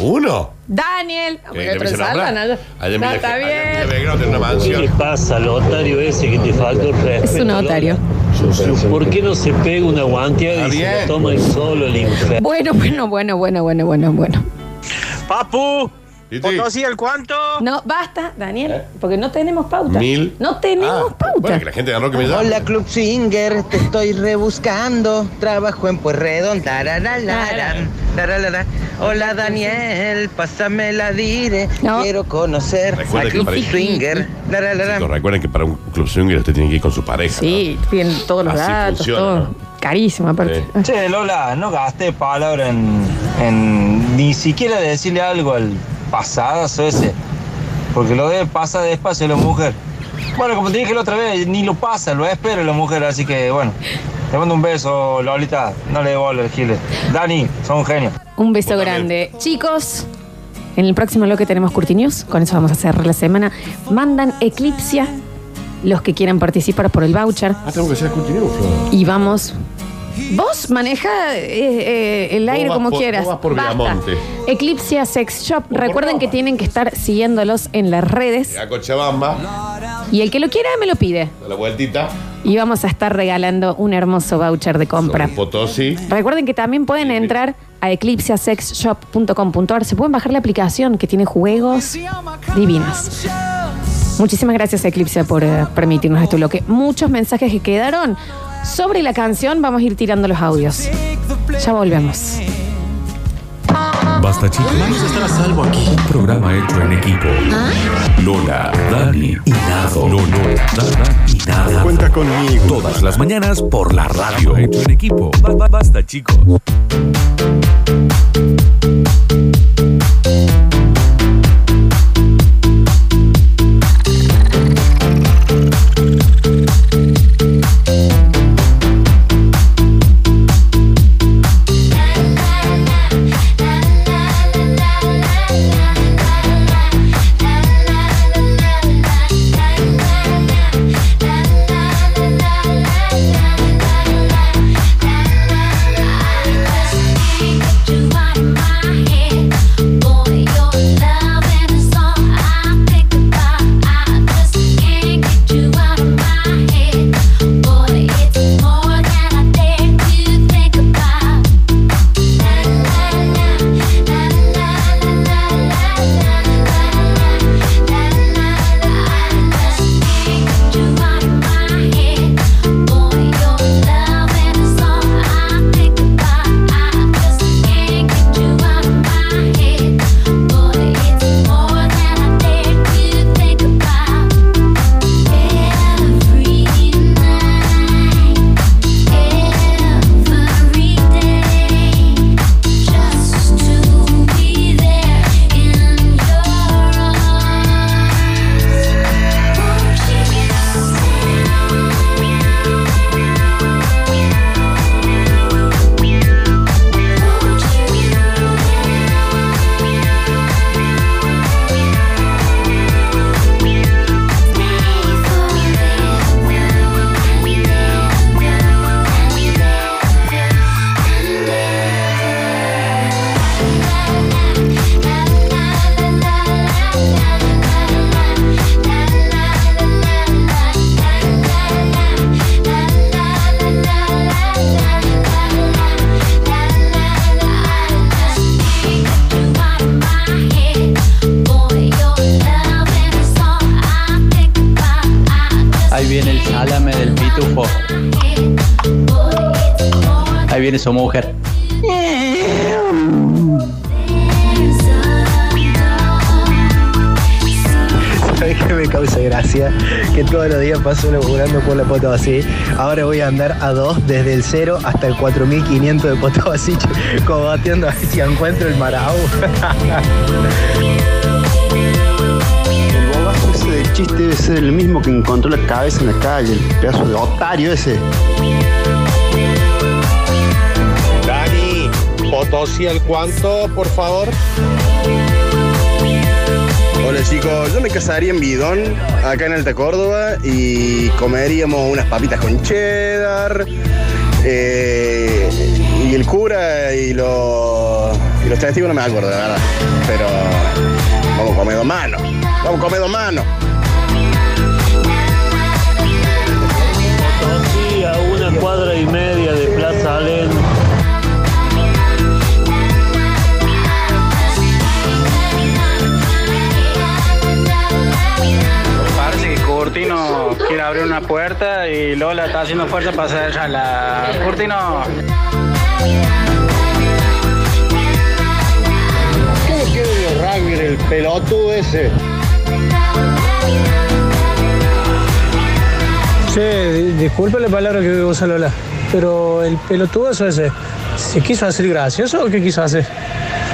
[SPEAKER 2] ¿Uno.
[SPEAKER 1] Daniel.
[SPEAKER 2] Eh,
[SPEAKER 1] Porque otro
[SPEAKER 2] ¿le
[SPEAKER 1] en
[SPEAKER 2] empiezan a
[SPEAKER 1] Saldan,
[SPEAKER 2] hablar?
[SPEAKER 1] allá.
[SPEAKER 2] Allá en
[SPEAKER 1] No,
[SPEAKER 2] Villa-
[SPEAKER 1] está
[SPEAKER 2] allá en Villa
[SPEAKER 1] bien.
[SPEAKER 2] Belgrano tiene una mansión.
[SPEAKER 9] ¿Qué le pasa al otario ese que te falta el
[SPEAKER 1] Es
[SPEAKER 9] respeto?
[SPEAKER 1] un notario.
[SPEAKER 9] ¿Por qué no se pega una guanteada y se la toma el solo el infierno?
[SPEAKER 1] Bueno, bueno, bueno, bueno, bueno, bueno, bueno.
[SPEAKER 9] ¡Papu!
[SPEAKER 1] ¿Potosí
[SPEAKER 9] el cuánto?
[SPEAKER 1] No, basta, Daniel, porque no tenemos pauta.
[SPEAKER 2] ¿Eh? Mil. Ah,
[SPEAKER 1] No tenemos pauta.
[SPEAKER 2] Bueno, que la gente de Rock me llame.
[SPEAKER 10] Hola Club Singer, te estoy rebuscando, trabajo en Puerredón, tararararan, tararara. Hola Daniel, pásame la dire, quiero conocer
[SPEAKER 2] Recuerda
[SPEAKER 10] a
[SPEAKER 2] que
[SPEAKER 10] Club
[SPEAKER 2] para-
[SPEAKER 10] Singer, tararara.
[SPEAKER 2] Chicos, recuerden que para un club swinger usted tiene que ir con su pareja.
[SPEAKER 1] Sí, tienen todos los
[SPEAKER 2] Así
[SPEAKER 1] datos,
[SPEAKER 2] funciona,
[SPEAKER 1] todo.
[SPEAKER 2] ¿no?
[SPEAKER 1] Carísimo, aparte.
[SPEAKER 14] Che, Lola, no gasté palabra en, en ni siquiera decirle algo al pasadazo ese. Porque lo de pasa despacio la mujer. Bueno, como te dije la otra vez, ni lo pasa, lo espera la mujer, así que bueno. Te mando un beso, Lolita. No le devuelvo el giles. Dani, son un genio.
[SPEAKER 1] Un beso grande. Chicos, en el próximo bloque tenemos Curti News. Con eso vamos a cerrar la semana. Mandan Eclipsia los que quieran participar por el voucher.
[SPEAKER 2] Ah, tengo que hacer Curti News, Flor.
[SPEAKER 1] Y vamos. Vos maneja eh, eh, el
[SPEAKER 2] Vos
[SPEAKER 1] aire
[SPEAKER 2] vas
[SPEAKER 1] como
[SPEAKER 2] por-
[SPEAKER 1] quieras.
[SPEAKER 2] vos vas por
[SPEAKER 1] Basta.
[SPEAKER 2] Viamonte.
[SPEAKER 1] Eclipsia Sex Shop. Recuerden que tienen que estar siguiéndolos en las redes.
[SPEAKER 2] A Cochabamba,
[SPEAKER 1] Y el que lo quiera me lo pide.
[SPEAKER 2] a la vueltita.
[SPEAKER 1] Y vamos a estar regalando un hermoso voucher de compra.
[SPEAKER 2] Potosí.
[SPEAKER 1] Recuerden que también pueden entrar a eclipsiasexshop.com.ar. Se pueden bajar la aplicación que tiene juegos divinos. Muchísimas gracias, Eclipsia, por eh, permitirnos este bloque. Muchos mensajes que quedaron sobre la canción. Vamos a ir tirando los audios. Ya volvemos.
[SPEAKER 11] Basta chicos. Vamos a estar a salvo aquí. Un programa hecho en equipo. Lola, Dani y Nado. Lola, Dani y Nado. Cuenta conmigo. Todas las mañanas por la radio. Hecho en equipo. Ba- ba- Basta chicos.
[SPEAKER 27] Thank
[SPEAKER 28] Salame del pitufo. Ahí viene su mujer.
[SPEAKER 4] ¿Sabes qué me causa gracia? Que todos los días paso laburando por la Potosí. Ahora voy a andar a dos, desde el 0 hasta el 4500 de Potosí, combatiendo a ver si encuentro el marau.
[SPEAKER 5] El bobazo ese de chiste debe ser el mismo que encontró la cabeza en la calle, el pedazo de otario ese.
[SPEAKER 2] Dani, Potosí al cuánto, por favor.
[SPEAKER 16] Hola chicos, yo me casaría en Bidón, acá en Alta Córdoba, y comeríamos unas papitas con cheddar. eh, y el cura y, los y los testigos no me acuerdo, la verdad. Pero vamos a comer dos manos. Vamos a comer dos manos.
[SPEAKER 9] Potosí a una cuadra y media de Plaza Alén.
[SPEAKER 24] Parece que Curtino quiere abrir una puerta y Lola está haciendo fuerza para cerrarla. Curtino.
[SPEAKER 2] ¿Qué me quiere de rugby el pelotudo ese?
[SPEAKER 20] Che, di- disculpe la palabra que usa Lola, pero el pelotudo ese, ¿se quiso hacer gracioso o qué quiso hacer?